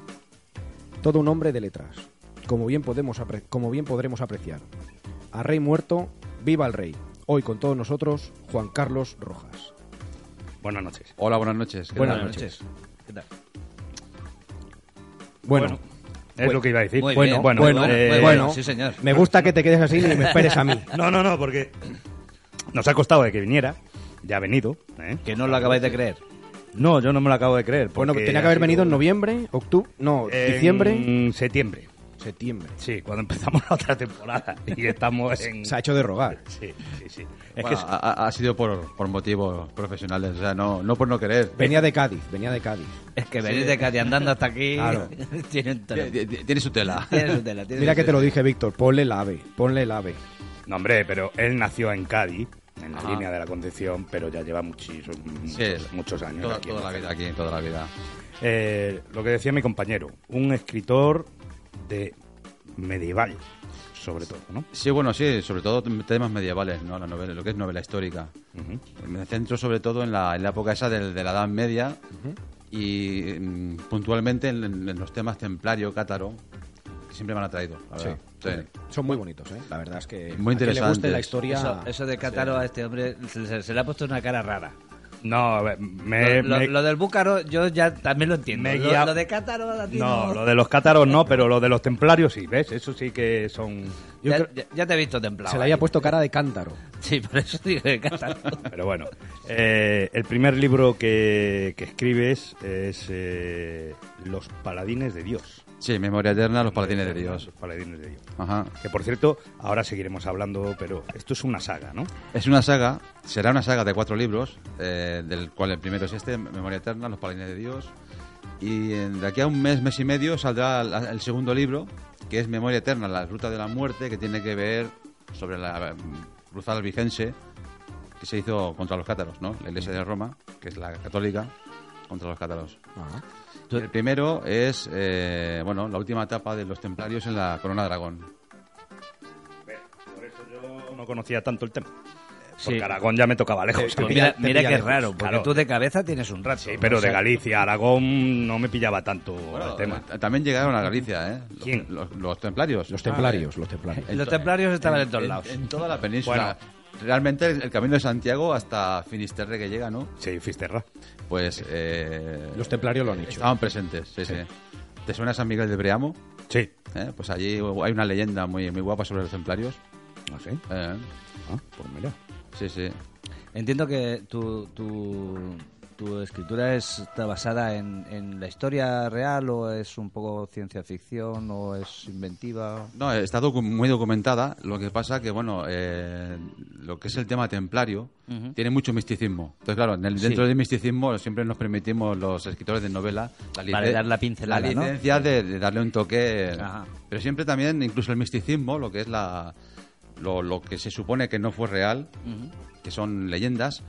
Speaker 4: Todo un hombre de letras, como bien, podemos apre- como bien podremos apreciar. A rey muerto, viva el rey. Hoy con todos nosotros, Juan Carlos Rojas.
Speaker 5: Buenas noches.
Speaker 3: Hola, buenas noches. ¿Qué
Speaker 4: Buenas
Speaker 3: tal?
Speaker 4: noches.
Speaker 6: ¿Qué tal?
Speaker 4: Bueno.
Speaker 5: Es lo que iba a decir.
Speaker 3: Muy
Speaker 5: bueno,
Speaker 3: bien,
Speaker 5: bueno,
Speaker 3: muy bueno,
Speaker 5: eh,
Speaker 3: muy
Speaker 4: bueno. Me gusta que te quedes así y me esperes a mí.
Speaker 5: No, no, no, porque nos ha costado de que viniera. Ya ha venido. ¿eh?
Speaker 6: Que no lo acabáis de creer.
Speaker 5: No, yo no me lo acabo de creer.
Speaker 4: Bueno,
Speaker 5: porque
Speaker 4: tenía que
Speaker 5: ha
Speaker 4: haber
Speaker 5: sido
Speaker 4: venido en noviembre, octubre, no,
Speaker 5: en
Speaker 4: diciembre.
Speaker 5: Septiembre.
Speaker 4: Septiembre.
Speaker 5: Sí, cuando empezamos la otra temporada. Y estamos en.
Speaker 4: Se ha hecho de rogar.
Speaker 5: Sí, sí, sí.
Speaker 3: Es
Speaker 5: Es
Speaker 3: que
Speaker 5: que-
Speaker 3: ha, ha sido por, por motivos profesionales, o sea, no, no por no querer.
Speaker 4: Venía de Cádiz, venía de Cádiz.
Speaker 6: Es que venir de Cádiz andando hasta aquí
Speaker 3: Claro.
Speaker 6: tiene, un tela.
Speaker 3: Tiene- tiene su tela.
Speaker 6: Tiene su tela, tiene
Speaker 4: Mira
Speaker 6: su
Speaker 4: que te
Speaker 6: tela.
Speaker 4: lo dije, Víctor, ponle el ave, ponle el ave.
Speaker 5: No, hombre, pero él nació en Cádiz, en la
Speaker 3: Ajá.
Speaker 5: línea de la Concepción, pero ya lleva muchísimos, muchos, muchos años
Speaker 3: Toda,
Speaker 5: aquí.
Speaker 3: toda la vida aquí, toda la vida.
Speaker 5: Eh, lo que decía mi compañero, un escritor de medieval, sobre todo, ¿no?
Speaker 3: Sí, bueno, sí, sobre todo tem- temas medievales, ¿no? La novela, lo que es novela histórica. Me centro sobre todo en la, en la época esa del- de, la Edad Media y mm, puntualmente en, en los temas templario, cátaro, que siempre me han atraído, la verdad. Sí.
Speaker 4: Son muy bonitos, ¿eh? La verdad es que.
Speaker 3: Muy
Speaker 4: a quien le guste
Speaker 3: interesantes.
Speaker 4: la historia.
Speaker 6: Eso, eso de Cátaro a este hombre se, se- se le ha puesto una cara rara.
Speaker 5: No, a ver, me,
Speaker 6: lo,
Speaker 5: Eh, me-
Speaker 6: lo del Búcaro yo ya también lo entiendo.
Speaker 5: Me he
Speaker 6: Lo,
Speaker 5: guiado-
Speaker 6: lo de Cátaro a ti
Speaker 5: no, lo de los cátaros no, pero lo de los templarios sí, ¿ves? Eso sí que son...
Speaker 6: Ya, ya- ya te he visto templado.
Speaker 4: Se le había puesto cara de cántaro.
Speaker 6: Sí, por eso digo de Cátaro.
Speaker 5: Pero bueno, eh, el primer libro que, que escribes es eh, Los Paladines de Dios.
Speaker 3: Sí, Memoria
Speaker 6: Ah,
Speaker 3: Eterna, Los Paladines de Dios.
Speaker 5: Los Paladines de Dios.
Speaker 3: Ajá.
Speaker 5: Que por cierto, ahora seguiremos hablando, pero esto es una saga, ¿no?
Speaker 3: Es una saga, será una saga de cuatro libros, eh, del cual el primero es este, Memoria Eterna, Los Paladines de Dios. Y en- de aquí a un mes, mes y medio, saldrá la- el segundo libro, que es Memoria Eterna, la ruta de la muerte, que tiene que ver sobre la mm, cruzada albigense que se hizo contra los cátaros, ¿no? La iglesia de Roma, que es la católica, contra los cátaros. Y El primero es, eh, bueno, la última etapa de los templarios en la Corona de Aragón.
Speaker 5: Por eso yo no conocía tanto el tema.
Speaker 6: Sí.
Speaker 5: Porque Aragón ya me tocaba lejos.
Speaker 6: Pues mira, mira que es raro, porque
Speaker 5: Claro,
Speaker 6: tú de cabeza tienes un rato.
Speaker 5: sí, pero
Speaker 6: O sea,
Speaker 5: de Galicia, Aragón no me pillaba tanto el tema.
Speaker 3: Eh, También llegaron a Galicia, ¿eh? Los- Los, los templarios.
Speaker 4: Los templarios, los templarios.
Speaker 3: En
Speaker 6: Los
Speaker 3: to-
Speaker 6: templarios estaban en todos
Speaker 3: en-
Speaker 6: lados.
Speaker 3: En toda la península. Realmente el, el camino de Santiago hasta Finisterre que llega, ¿no?
Speaker 5: Sí, Finisterre.
Speaker 3: Pues. eh,
Speaker 4: Los templarios lo han hecho.
Speaker 3: Estaban presentes, sí, sí. ¿Te suena San Miguel de Breamo?
Speaker 5: Sí.
Speaker 3: Pues allí hay una leyenda muy, muy guapa sobre los templarios.
Speaker 5: ¿Ah, sí?
Speaker 3: Eh,
Speaker 5: Ah, pues mira.
Speaker 3: sí, sí.
Speaker 6: Entiendo que tu, tu, tu escritura es- está basada en, en la historia real o es un poco ciencia ficción o es inventiva.
Speaker 3: No, está docu- muy documentada. Lo que pasa que, bueno, eh, lo que es el tema templario
Speaker 6: Ujú.
Speaker 3: tiene mucho misticismo. Entonces, claro, en el-
Speaker 6: Sí.
Speaker 3: dentro del misticismo siempre nos permitimos los escritores de novela la
Speaker 6: Vale,
Speaker 3: licen-
Speaker 6: dar la pincelada,
Speaker 3: la
Speaker 6: ¿no?
Speaker 3: licencia de, de darle un toque.
Speaker 6: Ajá.
Speaker 3: Pero siempre también, incluso el misticismo, lo que es la lo, lo que se supone que no fue real, que son leyendas,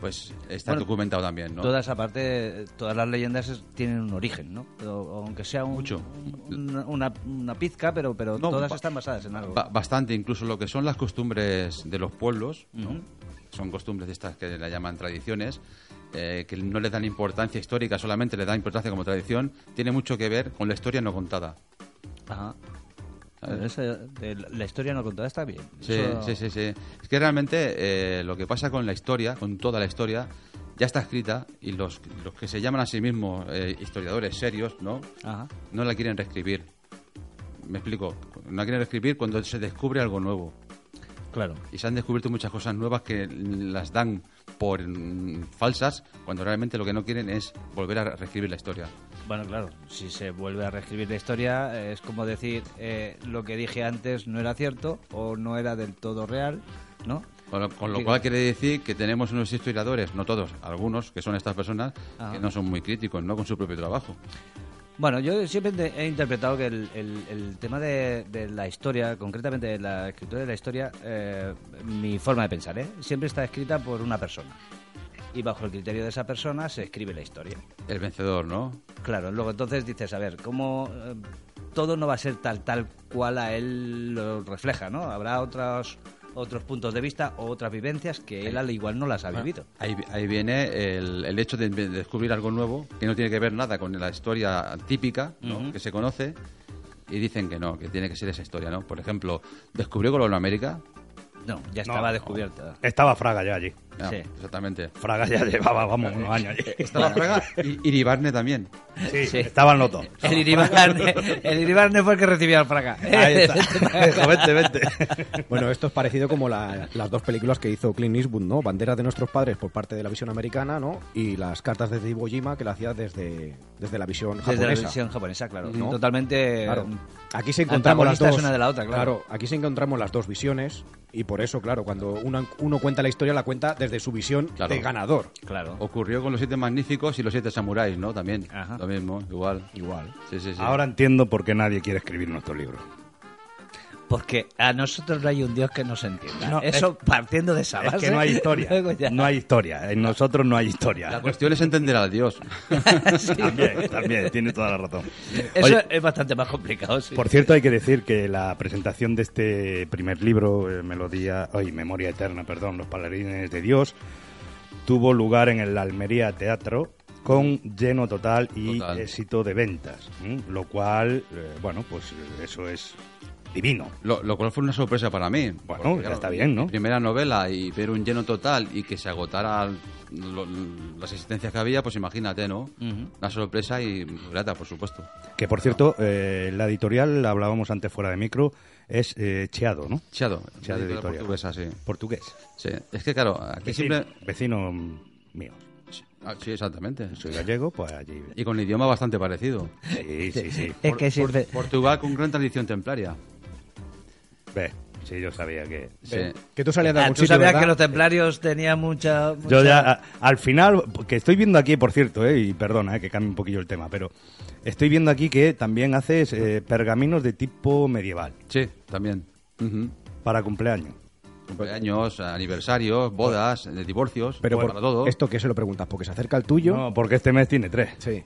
Speaker 3: pues está
Speaker 6: Bueno,
Speaker 3: documentado también, ¿no?
Speaker 6: Todas, aparte, todas las leyendas es- tienen un origen, ¿no? O- aunque sea un-
Speaker 3: Mucho.
Speaker 6: un- una, una pizca, pero, pero
Speaker 3: No,
Speaker 6: todas
Speaker 3: ba-
Speaker 6: están basadas en algo.
Speaker 3: Ba- bastante, incluso lo que son las costumbres de los pueblos, ¿no?
Speaker 6: Ujú.
Speaker 3: son costumbres de estas que la llaman tradiciones, eh, que no les dan importancia histórica, solamente les da importancia como tradición, tiene mucho que ver con la historia no contada. Ah.
Speaker 6: Ajá.
Speaker 3: ¿Sabes?
Speaker 6: Esa Ah. de la la historia no contada está bien.
Speaker 3: Sí,
Speaker 6: Eso-
Speaker 3: sí, sí, sí. Es que realmente eh, lo que pasa con la historia, con toda la historia, ya está escrita y los, los que se llaman a sí mismos eh, historiadores serios, ¿no?
Speaker 6: Ajá.
Speaker 3: no la quieren reescribir. Me explico, no la quieren reescribir cuando se descubre algo nuevo.
Speaker 6: Claro.
Speaker 3: y se han descubierto muchas cosas nuevas que las dan por mm, falsas cuando realmente lo que no quieren es volver a reescribir la historia.
Speaker 6: Bueno, claro, si se vuelve a reescribir la historia, eh, es como decir, eh, lo que dije antes no era cierto o no era del todo real, ¿no?
Speaker 3: Con lo, con lo
Speaker 6: Sí.
Speaker 3: cual quiere decir que tenemos unos historiadores, no todos, algunos, que son estas personas,
Speaker 6: Ajá.
Speaker 3: que no son muy críticos, no con su propio trabajo.
Speaker 6: Bueno, yo siempre te- he interpretado que el, el- el tema de, de la historia, concretamente de la escritura de la historia, eh, mi forma de pensar, ¿eh? siempre está escrita por una persona. Y bajo el criterio de esa persona se escribe la historia.
Speaker 3: El vencedor, ¿no?
Speaker 6: Claro, luego entonces dices, a ver, ¿cómo eh, todo no va a ser tal tal cual a él lo refleja, ¿no? Habrá otros otros puntos de vista o otras vivencias que él al igual no las
Speaker 5: Ah.
Speaker 6: ha
Speaker 3: Bueno,
Speaker 6: vivido.
Speaker 3: Ahí, ahí viene el, el hecho de de descubrir algo nuevo que no tiene que ver nada con la historia típica ¿no?
Speaker 6: Ujú.
Speaker 3: que se conoce y dicen que no, que tiene que ser esa historia, ¿no? Por ejemplo, ¿descubrió América?
Speaker 6: No, ya estaba descubierta.
Speaker 5: Estaba Fraga ya allí.
Speaker 3: Ah,
Speaker 6: Sí.
Speaker 3: Exactamente.
Speaker 5: Fraga ya llevaba, vamos, unos años allí.
Speaker 3: Estaba Fraga y Iribarne también.
Speaker 5: Sí, estaban los dos.
Speaker 6: El Iribarne, el Iribarne fue el que recibió al Fraga.
Speaker 5: Ahí está. Eso, vente, vente.
Speaker 4: Bueno, esto es parecido como la- las dos películas que hizo Clint Eastwood, ¿no? Banderas de nuestros padres por parte de la visión americana, ¿no? Y las cartas de Iwo Jima que la hacía desde, desde la visión
Speaker 6: Desde
Speaker 4: japonesa.
Speaker 6: la visión japonesa, claro.
Speaker 4: ¿no?
Speaker 6: Totalmente.
Speaker 4: Claro.
Speaker 6: mm,
Speaker 4: Aquí se encontramos las
Speaker 6: antagonistas
Speaker 4: dos.
Speaker 6: una de la otra, claro.
Speaker 4: Aquí se encontramos las dos visiones y por eso, claro, cuando uno, uno cuenta la historia la cuenta desde su visión
Speaker 3: Claro.
Speaker 4: de ganador.
Speaker 6: Claro.
Speaker 3: Ocurrió con los siete magníficos y los siete samuráis, ¿no? También. Lo mismo, igual.
Speaker 6: Igual.
Speaker 3: Sí, sí, sí.
Speaker 5: Ahora entiendo por qué nadie quiere escribir nuestro libro.
Speaker 6: Porque a nosotros no hay un Dios que nos entienda.
Speaker 5: No,
Speaker 6: Eso partiendo de esa
Speaker 5: Es
Speaker 6: base.
Speaker 5: que no hay historia.
Speaker 6: luego ya-
Speaker 5: No hay historia. En nosotros no hay historia. La
Speaker 3: cuestión es entender al Dios.
Speaker 5: también, también, tiene toda la razón.
Speaker 6: Eso
Speaker 5: Oye,
Speaker 6: es bastante más complicado, sí.
Speaker 5: Por cierto, hay que decir que la presentación de este primer libro, eh, Melodía, ay, Memoria Eterna, perdón, Los Paladines de Dios, tuvo lugar en el Almería Teatro con lleno total y éxito de ventas, ¿m? lo cual, eh, bueno, pues eh, eso es divino.
Speaker 3: Lo, lo cual fue una sorpresa para mí. Bueno,
Speaker 5: ya está bien, ¿no?
Speaker 3: Primera novela y ver un lleno total y que se agotara lo- las existencias que había, pues imagínate, ¿no? Una sorpresa y grata, por supuesto.
Speaker 5: Que por cierto, eh, la editorial, la hablábamos antes fuera de micro, es eh, Cheado, ¿no?
Speaker 3: Cheado,
Speaker 5: Cheado
Speaker 3: la editorial
Speaker 5: Editorial.
Speaker 3: portuguesa, sí.
Speaker 5: Portugués.
Speaker 3: Sí, es que claro, aquí
Speaker 5: Vecino-
Speaker 3: siempre... ah,
Speaker 5: Vecino mío.
Speaker 3: Sí, exactamente.
Speaker 5: Soy gallego, pues allí...
Speaker 3: Y con el idioma bastante parecido.
Speaker 5: Sí, sí, sí.
Speaker 6: Es que sí, ve-
Speaker 3: Portugal con gran tradición templaria.
Speaker 5: Ve, sí, yo sabía que...
Speaker 3: Sí.
Speaker 4: Que tú salías de
Speaker 6: Ah,
Speaker 4: algún
Speaker 6: tú
Speaker 4: sitio,
Speaker 6: sabías
Speaker 4: ¿verdad?
Speaker 6: que los templarios tenían mucha.
Speaker 5: Yo
Speaker 6: mucha-
Speaker 5: ya, a- al final, que estoy viendo aquí, por cierto, eh, y perdona eh, que cambie un poquillo el tema, pero estoy viendo aquí que también haces eh, pergaminos de tipo medieval
Speaker 3: Sí, también. Ujú.
Speaker 5: para cumpleaños.
Speaker 3: Cumpleaños, aniversarios, bodas, eh, divorcios,
Speaker 4: Pero
Speaker 3: para
Speaker 4: por- este
Speaker 3: todo.
Speaker 4: esto que se lo preguntas, porque se acerca el tuyo.
Speaker 5: No, porque este mes tiene tres.
Speaker 4: Sí.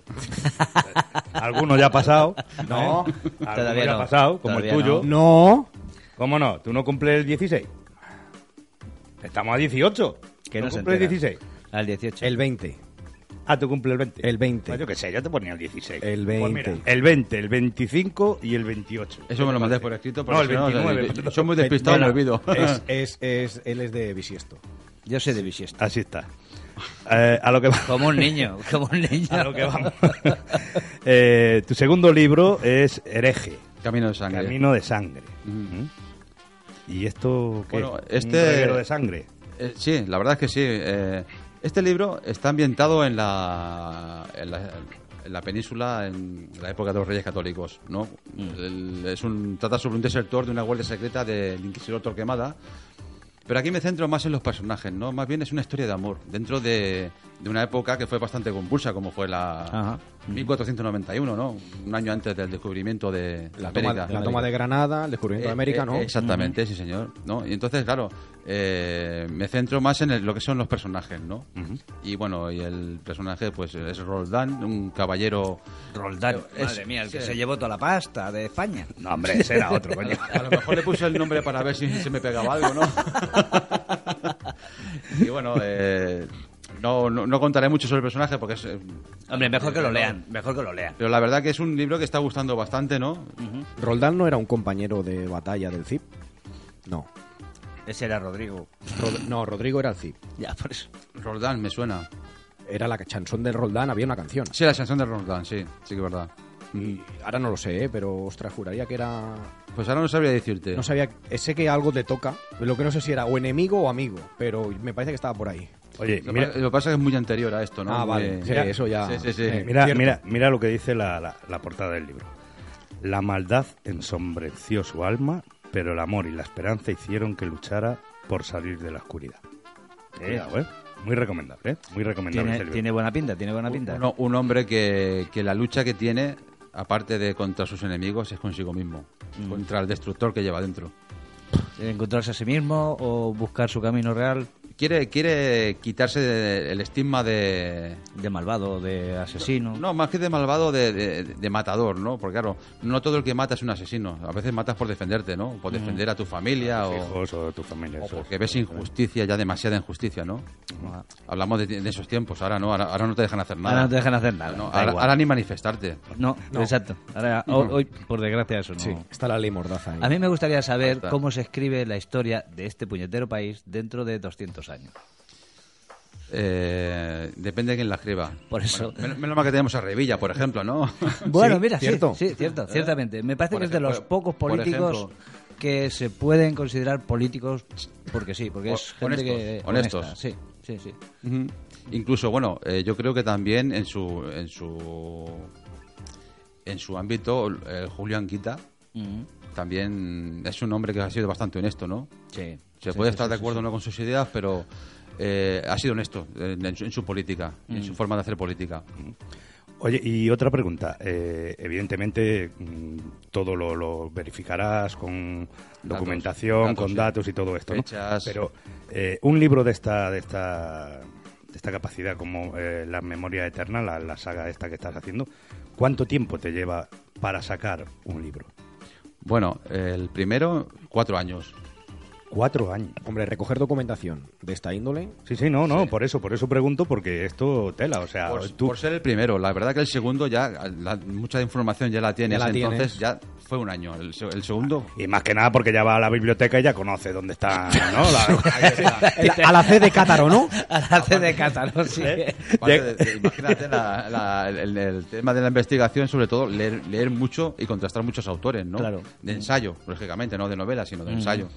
Speaker 5: Alguno ya ha pasado.
Speaker 4: No,
Speaker 5: ¿eh? Alguno
Speaker 6: todavía
Speaker 5: ya
Speaker 6: no,
Speaker 5: ha pasado, como el
Speaker 6: todavía
Speaker 5: tuyo.
Speaker 4: No.
Speaker 5: ¿Cómo no? ¿Tú no cumples el 16? Estamos a 18.
Speaker 6: Que
Speaker 5: ¿No
Speaker 6: no se
Speaker 5: cumples el
Speaker 6: enteran.
Speaker 5: 16?
Speaker 6: Al 18.
Speaker 4: El 20.
Speaker 5: Ah, tú cumples el 20.
Speaker 4: El 20.
Speaker 5: Pues yo qué sé, yo te ponía el 16.
Speaker 4: El
Speaker 5: Pues
Speaker 4: 20.
Speaker 5: mira, el 20, el 25 y el 28.
Speaker 3: Eso me lo mandé por escrito.
Speaker 5: No, el
Speaker 3: porque si o sea,
Speaker 5: 29.
Speaker 3: yo- yo soy muy despistado, me
Speaker 4: Bueno,
Speaker 3: olvido.
Speaker 4: Es, es, es- él es de bisiesto.
Speaker 6: Yo soy de bisiesto.
Speaker 5: Así está. Eh, a lo que va-
Speaker 6: Como un niño, como un niño.
Speaker 5: a lo que vamos. Eh, tu segundo libro es Hereje,
Speaker 3: Camino de sangre.
Speaker 5: Camino de Sangre. ¿Mm?
Speaker 3: Ujú.
Speaker 5: ¿Y esto qué?
Speaker 3: Bueno,
Speaker 5: es?
Speaker 3: este-
Speaker 5: ¿Un reguero de sangre?
Speaker 3: Eh, sí, la verdad es que sí. Eh, este libro está ambientado en la, en la, en la península, en la época de los Reyes Católicos. ¿no? El- es un, trata sobre un desertor de una guardia secreta del Inquisidor Torquemada. Pero aquí me centro más en los personajes, ¿no? Más bien es una historia de amor dentro de, de una época que fue bastante convulsa, como fue la
Speaker 6: Ajá.
Speaker 3: 1491, ¿no? Un año antes del descubrimiento de
Speaker 4: La
Speaker 3: América.
Speaker 4: toma, la toma de Granada, el descubrimiento de
Speaker 3: Eh,
Speaker 4: América,
Speaker 3: eh,
Speaker 4: ¿no?
Speaker 3: Exactamente, sí, señor. ¿no? Y entonces, claro, eh, me centro más en el- lo que son los personajes, ¿no? Y bueno, y el personaje, pues, es Roldán, un caballero...
Speaker 6: Roldán. Madre
Speaker 3: Es-
Speaker 6: mía, el que
Speaker 3: sí.
Speaker 6: se llevó toda la pasta de España.
Speaker 5: No, hombre, ese era otro,
Speaker 3: A
Speaker 5: coño.
Speaker 3: lo, a lo mejor le puse el nombre para ver si se me pegaba algo, ¿no? y bueno, eh, no, no, no contaré mucho sobre el personaje porque es... eh,
Speaker 6: Hombre, mejor que lo lean, mejor que lo lean.
Speaker 3: Pero la verdad que es un libro que está gustando bastante, ¿no?
Speaker 4: Mm. Roldán no era un compañero de batalla del CIP. No.
Speaker 6: Ese era Rodrigo.
Speaker 4: Rod- no, Rodrigo era el CIP.
Speaker 6: Ya, por eso.
Speaker 3: Roldán, me suena.
Speaker 4: Era la chanson de Roldán, había una canción.
Speaker 3: Sí, la canción de Roldán, sí, sí que es verdad.
Speaker 4: Y ahora no lo sé, ¿eh? pero ostras, juraría que era
Speaker 3: Pues ahora no sabría decirte.
Speaker 4: No sabía, sé que algo te toca, lo que no sé si era o enemigo o amigo, pero me parece que estaba por ahí.
Speaker 5: Oye,
Speaker 3: Lo,
Speaker 5: mira,
Speaker 3: pa- lo que pasa es que es muy anterior a esto, ¿no?
Speaker 4: Ah, vale.
Speaker 3: Muy-
Speaker 4: Sí, eso ya-
Speaker 3: Sí, sí, sí.
Speaker 4: Eh,
Speaker 5: Mira,
Speaker 4: Cierto.
Speaker 5: mira, mira lo que dice la, la- la portada del libro. La maldad ensombreció su alma, pero el amor y la esperanza hicieron que luchara por salir de la oscuridad. Cuidado, ¿eh? Muy recomendable, ¿eh? Muy recomendable
Speaker 6: Tiene,
Speaker 5: este libro.
Speaker 6: tiene buena pinta, tiene buena pinta. ¿eh?
Speaker 3: Uno- un hombre que, que la lucha que tiene, aparte de contra sus enemigos, es consigo mismo.
Speaker 6: Mm.
Speaker 3: Contra el destructor que lleva dentro.
Speaker 6: Encontrarse a sí mismo o buscar su camino real.
Speaker 3: quiere, quiere quitarse de- el estigma de...
Speaker 6: De malvado, de asesino.
Speaker 3: No, más que de malvado, de, de- de matador, ¿no? Porque claro, no todo el que mata es un asesino. A veces matas por defenderte, ¿no? Por
Speaker 6: Mm.
Speaker 5: Ujú.
Speaker 3: defender a tu familia
Speaker 5: A
Speaker 3: o...
Speaker 5: tus hijos o a tu familia,
Speaker 3: o
Speaker 5: eso es.
Speaker 3: porque ves injusticia, ya demasiada injusticia, ¿no? Hablamos de, de esos tiempos, ahora no, ahora, ahora no te dejan hacer nada.
Speaker 6: Ahora no te dejan hacer nada,
Speaker 3: No,
Speaker 6: da
Speaker 3: ahora,
Speaker 6: igual.
Speaker 3: ahora ni manifestarte.
Speaker 6: No, exacto. Ahora, ho- hoy, por desgracia, eso no.
Speaker 3: Sí,
Speaker 4: está la ley mordaza ahí.
Speaker 3: Ah.
Speaker 6: A mí me gustaría saber
Speaker 3: Está.
Speaker 6: cómo se escribe la historia de este puñetero país dentro de 200 años.
Speaker 3: Eh, depende de quién la escriba.
Speaker 6: Por eso.
Speaker 3: Bueno, men- menos mal que tenemos a Revilla, por ejemplo, ¿no?
Speaker 6: Bueno, mira, sí, sí, cierto, ciertamente. Me
Speaker 3: ¿Eh?
Speaker 6: parece
Speaker 3: Por
Speaker 6: que es de
Speaker 3: ejemplo,
Speaker 6: los pocos
Speaker 3: por
Speaker 6: políticos
Speaker 3: ejemplo.
Speaker 6: que se pueden considerar políticos porque sí, porque es
Speaker 3: Hon-
Speaker 6: gente que...
Speaker 3: honestos,
Speaker 6: honesta,
Speaker 3: honestos.
Speaker 6: Sí, sí, sí.
Speaker 3: Ujú. Incluso, bueno, eh, yo creo que también en su en su en su ámbito, eh, Julián Quita
Speaker 6: Ujú.
Speaker 3: también es un hombre que ha sido bastante honesto, ¿no?
Speaker 6: Sí.
Speaker 3: Se
Speaker 6: Sí,
Speaker 3: puede
Speaker 6: sí,
Speaker 3: estar
Speaker 6: sí,
Speaker 3: de
Speaker 6: sí,
Speaker 3: acuerdo
Speaker 6: sí.
Speaker 3: o no con sus ideas, pero eh, ha sido honesto en, en su, en su política, en
Speaker 5: Mm.
Speaker 3: su forma de hacer política.
Speaker 5: Oye, y otra pregunta. Eh, evidentemente, mm, todo lo, lo verificarás con documentación,
Speaker 3: datos,
Speaker 5: con
Speaker 3: sí.
Speaker 5: datos y todo esto, ¿no?
Speaker 3: Fechas.
Speaker 5: Pero eh, un libro de esta, de esta, de esta capacidad como eh, La Memoria Eterna, la, la saga esta que estás haciendo, ¿cuánto tiempo te lleva para sacar un libro?
Speaker 3: Bueno, el primero, cuatro años.
Speaker 5: Cuatro años.
Speaker 4: Hombre, recoger documentación de esta índole.
Speaker 5: Sí, sí, no, no, por eso, por eso pregunto, porque esto tela, o sea,
Speaker 3: Por,
Speaker 5: tú...
Speaker 3: por ser el primero, la verdad que el segundo ya, la- mucha información ya la tienes,
Speaker 5: Ya la
Speaker 3: entonces ya fue un año. El, se- el segundo,
Speaker 5: Y más que nada porque ya va a la biblioteca y ya conoce dónde está, ¿no?
Speaker 4: A la C de Cátaro, ¿no?
Speaker 6: A la C de Cátaro, sí.
Speaker 4: ¿Eh?
Speaker 3: aparte de- de- eh, imagínate la- la- el, el tema de la investigación, sobre todo leer, leer mucho y contrastar muchos autores, ¿no?
Speaker 6: Claro.
Speaker 3: De ensayo, lógicamente, no de novela, sino de
Speaker 6: Mm.
Speaker 3: ensayo.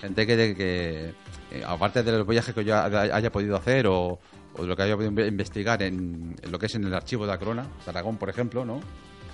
Speaker 3: Gente que, de- que, eh, aparte de los viajes que yo ha- haya podido hacer o, o de lo que haya podido inve- investigar en, en lo que es en el archivo de Acrona, de Aragón, por ejemplo, ¿no?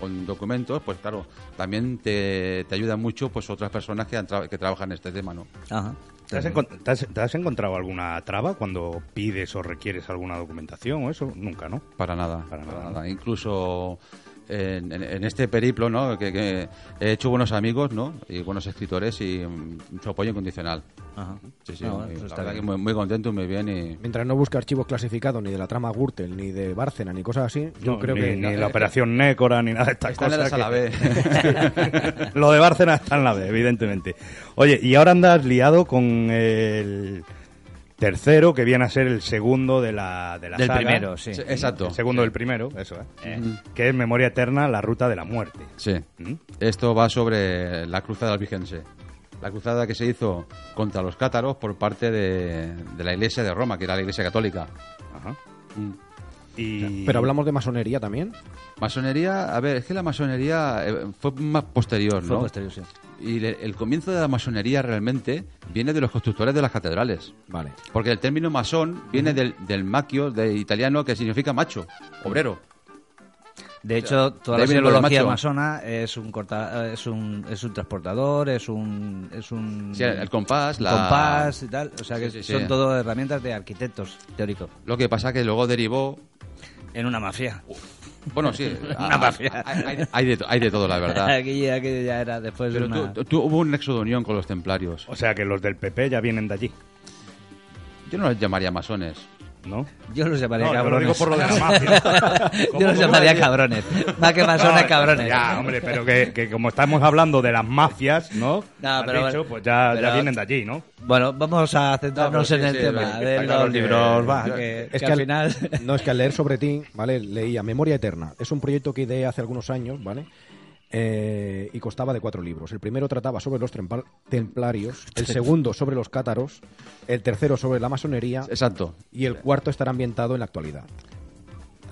Speaker 3: con documentos, pues claro, también te, te ayuda mucho pues otras personas que, han tra- que trabajan en este tema, ¿no?
Speaker 6: Ajá.
Speaker 5: ¿Te has, encon- te has- te has encontrado alguna traba cuando pides o requieres alguna documentación o eso? Nunca, ¿no?
Speaker 3: Para nada.
Speaker 5: Para
Speaker 3: para
Speaker 5: nada.
Speaker 3: nada. Incluso en, en- en este periplo, ¿no? Que, que he hecho buenos amigos, ¿no? Y buenos escritores y mm, su apoyo incondicional.
Speaker 6: Ajá.
Speaker 3: Sí, sí.
Speaker 4: Ah, bueno,
Speaker 3: muy-
Speaker 4: pues
Speaker 3: la
Speaker 4: está
Speaker 3: verdad que
Speaker 4: bien.
Speaker 3: muy, muy contento, muy bien y...
Speaker 4: Mientras no busque archivos clasificados ni de la trama Gürtel, ni de Bárcena, ni cosas así, yo
Speaker 5: No,
Speaker 4: creo
Speaker 5: ni,
Speaker 4: que.
Speaker 5: ni la operación Nécora, ni nada de estas
Speaker 3: Está en la
Speaker 5: cosas.
Speaker 3: sala
Speaker 5: que- Lo de Bárcena está en la B, evidentemente. Oye, y ahora andas liado con el tercero, que viene a ser el segundo de la, de la
Speaker 3: Del
Speaker 5: saga.
Speaker 3: primero, sí. Sí, exacto.
Speaker 5: El segundo del primero, eso, ¿eh?
Speaker 3: Ujú.
Speaker 5: Que es Memoria Eterna, la ruta de la muerte.
Speaker 3: Sí.
Speaker 6: ¿Mm?
Speaker 3: Esto va sobre la cruzada albigense. La cruzada que se hizo contra los cátaros por parte de, de la iglesia de Roma, que era la iglesia católica.
Speaker 5: Ajá.
Speaker 3: Y...
Speaker 4: Pero hablamos de masonería también.
Speaker 3: Masonería, a ver, es que la masonería eh, fue más posterior, ¿no?
Speaker 6: Fue posterior, sí.
Speaker 3: Y le- el comienzo de la masonería realmente viene de los constructores de las catedrales.
Speaker 4: Vale.
Speaker 3: Porque el término masón viene del, del maquio, de italiano, que significa macho, obrero.
Speaker 6: De
Speaker 3: O sea,
Speaker 6: hecho, toda
Speaker 3: de
Speaker 6: la
Speaker 3: ahí viene lo del
Speaker 6: simbología
Speaker 3: macho.
Speaker 6: masona es un corta, es un es un transportador, es un es un
Speaker 3: Sí, el compás, la-
Speaker 6: compás y tal, o sea que
Speaker 3: Sí, sí, sí.
Speaker 6: son todo herramientas de arquitectos teóricos
Speaker 3: Lo que pasa que luego derivó...
Speaker 6: en una mafia.
Speaker 3: Bueno, sí.
Speaker 6: una
Speaker 3: a-
Speaker 6: mafia.
Speaker 3: Hay, hay- hay de, to- hay de todo, la verdad.
Speaker 6: aquí, aquí ya era después
Speaker 3: Pero
Speaker 6: de una...
Speaker 3: tú, tú- hubo un nexo de unión con los templarios.
Speaker 5: O sea que los del PP ya vienen de allí.
Speaker 3: Yo no los llamaría masones.
Speaker 5: ¿No?
Speaker 6: Yo los llamaría
Speaker 3: No, yo lo
Speaker 6: cabrones.
Speaker 3: digo por lo de la mafia.
Speaker 6: Yo
Speaker 3: ¿Cómo,
Speaker 6: los
Speaker 3: cómo
Speaker 6: llamaría
Speaker 3: lo
Speaker 6: cabrones. Más que masones,
Speaker 5: No,
Speaker 6: cabrones.
Speaker 5: Ya, hombre, pero que, que como estamos hablando de las mafias, ¿no?
Speaker 6: No,
Speaker 5: Has
Speaker 6: pero-
Speaker 5: dicho, pues ya, ya
Speaker 6: pero-
Speaker 5: vienen de allí, ¿no?
Speaker 6: Bueno, vamos a centrarnos
Speaker 5: No, pero
Speaker 6: en
Speaker 5: sí,
Speaker 6: el
Speaker 5: sí,
Speaker 6: tema
Speaker 5: que
Speaker 6: de
Speaker 5: está
Speaker 6: los
Speaker 5: claro que-
Speaker 6: libros. va,
Speaker 5: Yo-
Speaker 6: que,
Speaker 4: Es
Speaker 6: que al
Speaker 4: al-
Speaker 6: final...
Speaker 4: No, es que al leer sobre ti, ¿vale? Leía Memoria Eterna. Es un proyecto que ideé hace algunos años, ¿vale? Eh, y constaba de cuatro libros. El primero trataba sobre los trempa- templarios, el segundo sobre los cátaros, el tercero sobre la masonería
Speaker 3: Exacto.
Speaker 4: y el cuarto estará ambientado en la actualidad.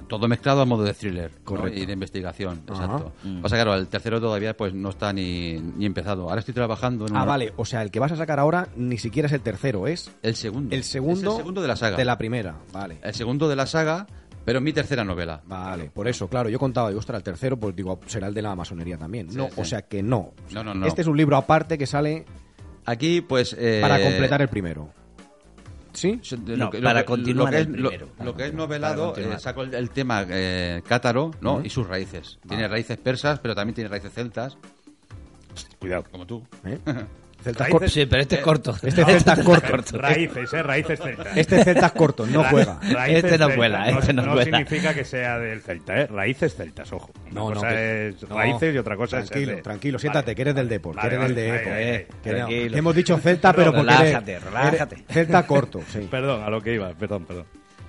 Speaker 3: Todo mezclado a modo de thriller ¿no?
Speaker 4: Correcto.
Speaker 3: y de investigación,
Speaker 4: Ajá.
Speaker 3: exacto.
Speaker 4: Mm.
Speaker 3: O sea, claro, el tercero todavía pues no está ni, ni empezado. Ahora estoy trabajando en
Speaker 4: Ah,
Speaker 3: un-
Speaker 4: vale. O sea, el que vas a sacar ahora ni siquiera es el tercero, es
Speaker 3: El segundo.
Speaker 4: el segundo,
Speaker 3: Es el segundo de la saga.
Speaker 4: De la primera, vale.
Speaker 3: El segundo de la saga, pero mi tercera novela.
Speaker 4: Vale, por eso, claro, yo contaba, digo, ostras, el tercero, pues digo, será el de la masonería también. no,
Speaker 3: sí.
Speaker 4: o sea que no.
Speaker 3: No, no, no.
Speaker 4: Este es un libro aparte que sale
Speaker 3: Aquí, pues... eh,
Speaker 4: para completar el primero. ¿Sí?
Speaker 3: de
Speaker 6: No,
Speaker 3: lo que- lo
Speaker 6: para
Speaker 3: que-
Speaker 6: continuar
Speaker 3: lo que
Speaker 6: el
Speaker 3: es, lo-
Speaker 6: primero.
Speaker 3: Lo, que
Speaker 6: Para
Speaker 3: es
Speaker 6: continuar, para
Speaker 3: novelado,
Speaker 6: continuar.
Speaker 3: eh, saco el, el tema eh, cátaro ¿no?
Speaker 6: Ujú.
Speaker 3: y sus raíces. Tiene raíces persas, pero también tiene raíces celtas.
Speaker 5: Cuidado.
Speaker 3: Como tú.
Speaker 4: Celtas
Speaker 11: Raíces-
Speaker 4: cor-
Speaker 11: Sí, pero este es
Speaker 4: Eh,
Speaker 11: corto.
Speaker 4: Este Celtas corto.
Speaker 5: Raíces, eh, raíces celtas.
Speaker 4: Este Celtas corto, no
Speaker 5: Ra-
Speaker 4: juega.
Speaker 5: raíces
Speaker 11: Este no
Speaker 5: celtas,
Speaker 11: vuela, este no vuela.
Speaker 5: significa que sea del celta, eh. Raíces celtas, ojo. Una
Speaker 4: No, no,
Speaker 5: cosa
Speaker 4: que-
Speaker 5: es
Speaker 4: no.
Speaker 5: raíces y otra cosa es...
Speaker 4: Tranquilo,
Speaker 5: el-
Speaker 4: tranquilo, siéntate, que eres del deporte,
Speaker 5: Vale,
Speaker 4: que eres
Speaker 5: vale,
Speaker 4: del
Speaker 5: vale,
Speaker 4: deporte.
Speaker 5: vale, vale.
Speaker 4: Que no,
Speaker 5: Tranquilo.
Speaker 4: que hemos dicho celta, pero porque
Speaker 6: Relájate,
Speaker 4: eres-
Speaker 6: relájate.
Speaker 4: eres Celta corto, sí.
Speaker 5: Perdón, a lo que iba, perdón, perdón.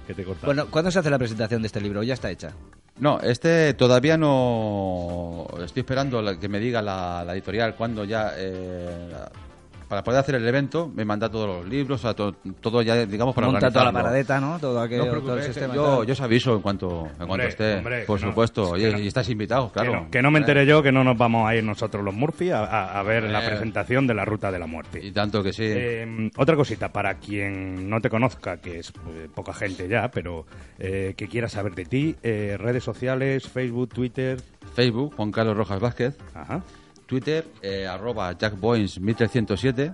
Speaker 5: Que te he cortado.
Speaker 6: Bueno, ¿cuándo se hace la presentación de este libro? ¿Ya está hecha?
Speaker 3: No, este todavía no. Estoy esperando la- que me diga la, la editorial cuando ya. eh, la- para poder hacer el evento, me manda todos los libros, o sea, to- todo ya, digamos, para
Speaker 6: Monta toda la
Speaker 3: organizarlo.
Speaker 6: paradeta, ¿no? Todo este aquello,
Speaker 3: No os preocupéis,
Speaker 6: todo el
Speaker 4: eh,
Speaker 6: sistema. y
Speaker 3: Yo,
Speaker 6: tal.
Speaker 3: yo os aviso en cuanto, en cuanto
Speaker 6: Hombre,
Speaker 3: esté,
Speaker 6: hombre,
Speaker 3: por
Speaker 6: que no.
Speaker 3: supuesto. Oye,
Speaker 5: Que no.
Speaker 3: y estáis invitados,
Speaker 5: Que
Speaker 3: claro.
Speaker 5: no, que no me enteré yo que no nos vamos a ir nosotros los Murphy a, a- a ver la
Speaker 3: Eh.
Speaker 5: presentación de la Ruta de la Muerte.
Speaker 3: Y tanto que sí.
Speaker 5: Eh, otra cosita, para quien no te conozca, que es eh, poca gente ya, pero eh, que quiera saber de ti, eh, redes sociales, Facebook, Twitter...
Speaker 3: Facebook, Juan Carlos Rojas Vázquez. Twitter, eh, arroba jackboins1307.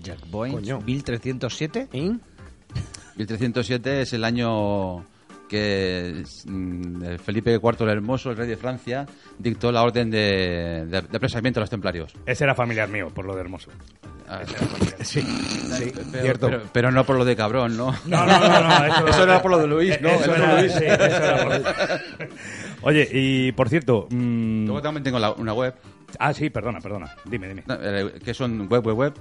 Speaker 6: Jack Boynes, 1307.
Speaker 3: 1307 es el año que mm, el Felipe IV el Hermoso, el rey de Francia, dictó la orden de, de, de apresamiento a los templarios.
Speaker 5: Ese era familiar mío, por lo de hermoso.
Speaker 3: Sí, sí pero,
Speaker 5: cierto.
Speaker 3: Pero, pero no por lo de cabrón, ¿no?
Speaker 5: No, no, no, no,
Speaker 3: eso, era por lo de Luis, ¿no?
Speaker 5: Eh, Eso
Speaker 3: Eso
Speaker 5: era-
Speaker 3: de Luis.
Speaker 5: sí, eso era por- Oye, y por cierto...
Speaker 3: Mm.
Speaker 5: mm,
Speaker 3: Luego también tengo la- una web.
Speaker 5: Ah, sí, perdona, perdona. Dime, dime.
Speaker 3: No, eh, que son web, web, web,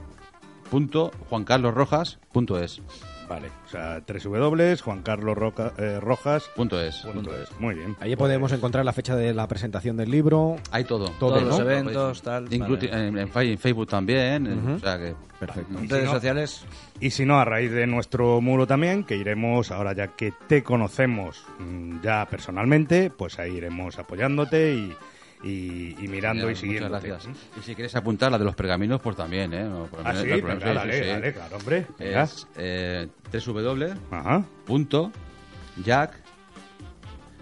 Speaker 3: punto, juancarlosrojas.es.
Speaker 5: Vale, o sea, www.juancarlosrojas.es.
Speaker 3: Punto es.
Speaker 5: eh, Muy bien.
Speaker 4: Ahí podemos encontrar la fecha de la presentación del libro.
Speaker 3: Hay todo.
Speaker 4: Todo, ¿no?
Speaker 6: tal,
Speaker 3: Inclu- en, en fa- en Facebook también. en-
Speaker 4: Ujú.
Speaker 3: o sea que-
Speaker 4: Perfecto.
Speaker 5: Y si no- Y si no, a raíz de nuestro muro también, que iremos, ahora ya que te conocemos mm, ya personalmente, pues ahí iremos apoyándote y, y- y mirando y
Speaker 3: Muchas
Speaker 5: siguiéndote. ¿Mm?
Speaker 3: gracias. Y si quieres apuntar la de los pergaminos, pues también, ¿eh? No, por lo
Speaker 5: Ah,
Speaker 3: menos,
Speaker 5: sí,
Speaker 3: no hay problema,
Speaker 5: venga, dale, dale, claro, hombre. Venga.
Speaker 3: Es eh,
Speaker 5: Ajá.
Speaker 3: www.jack...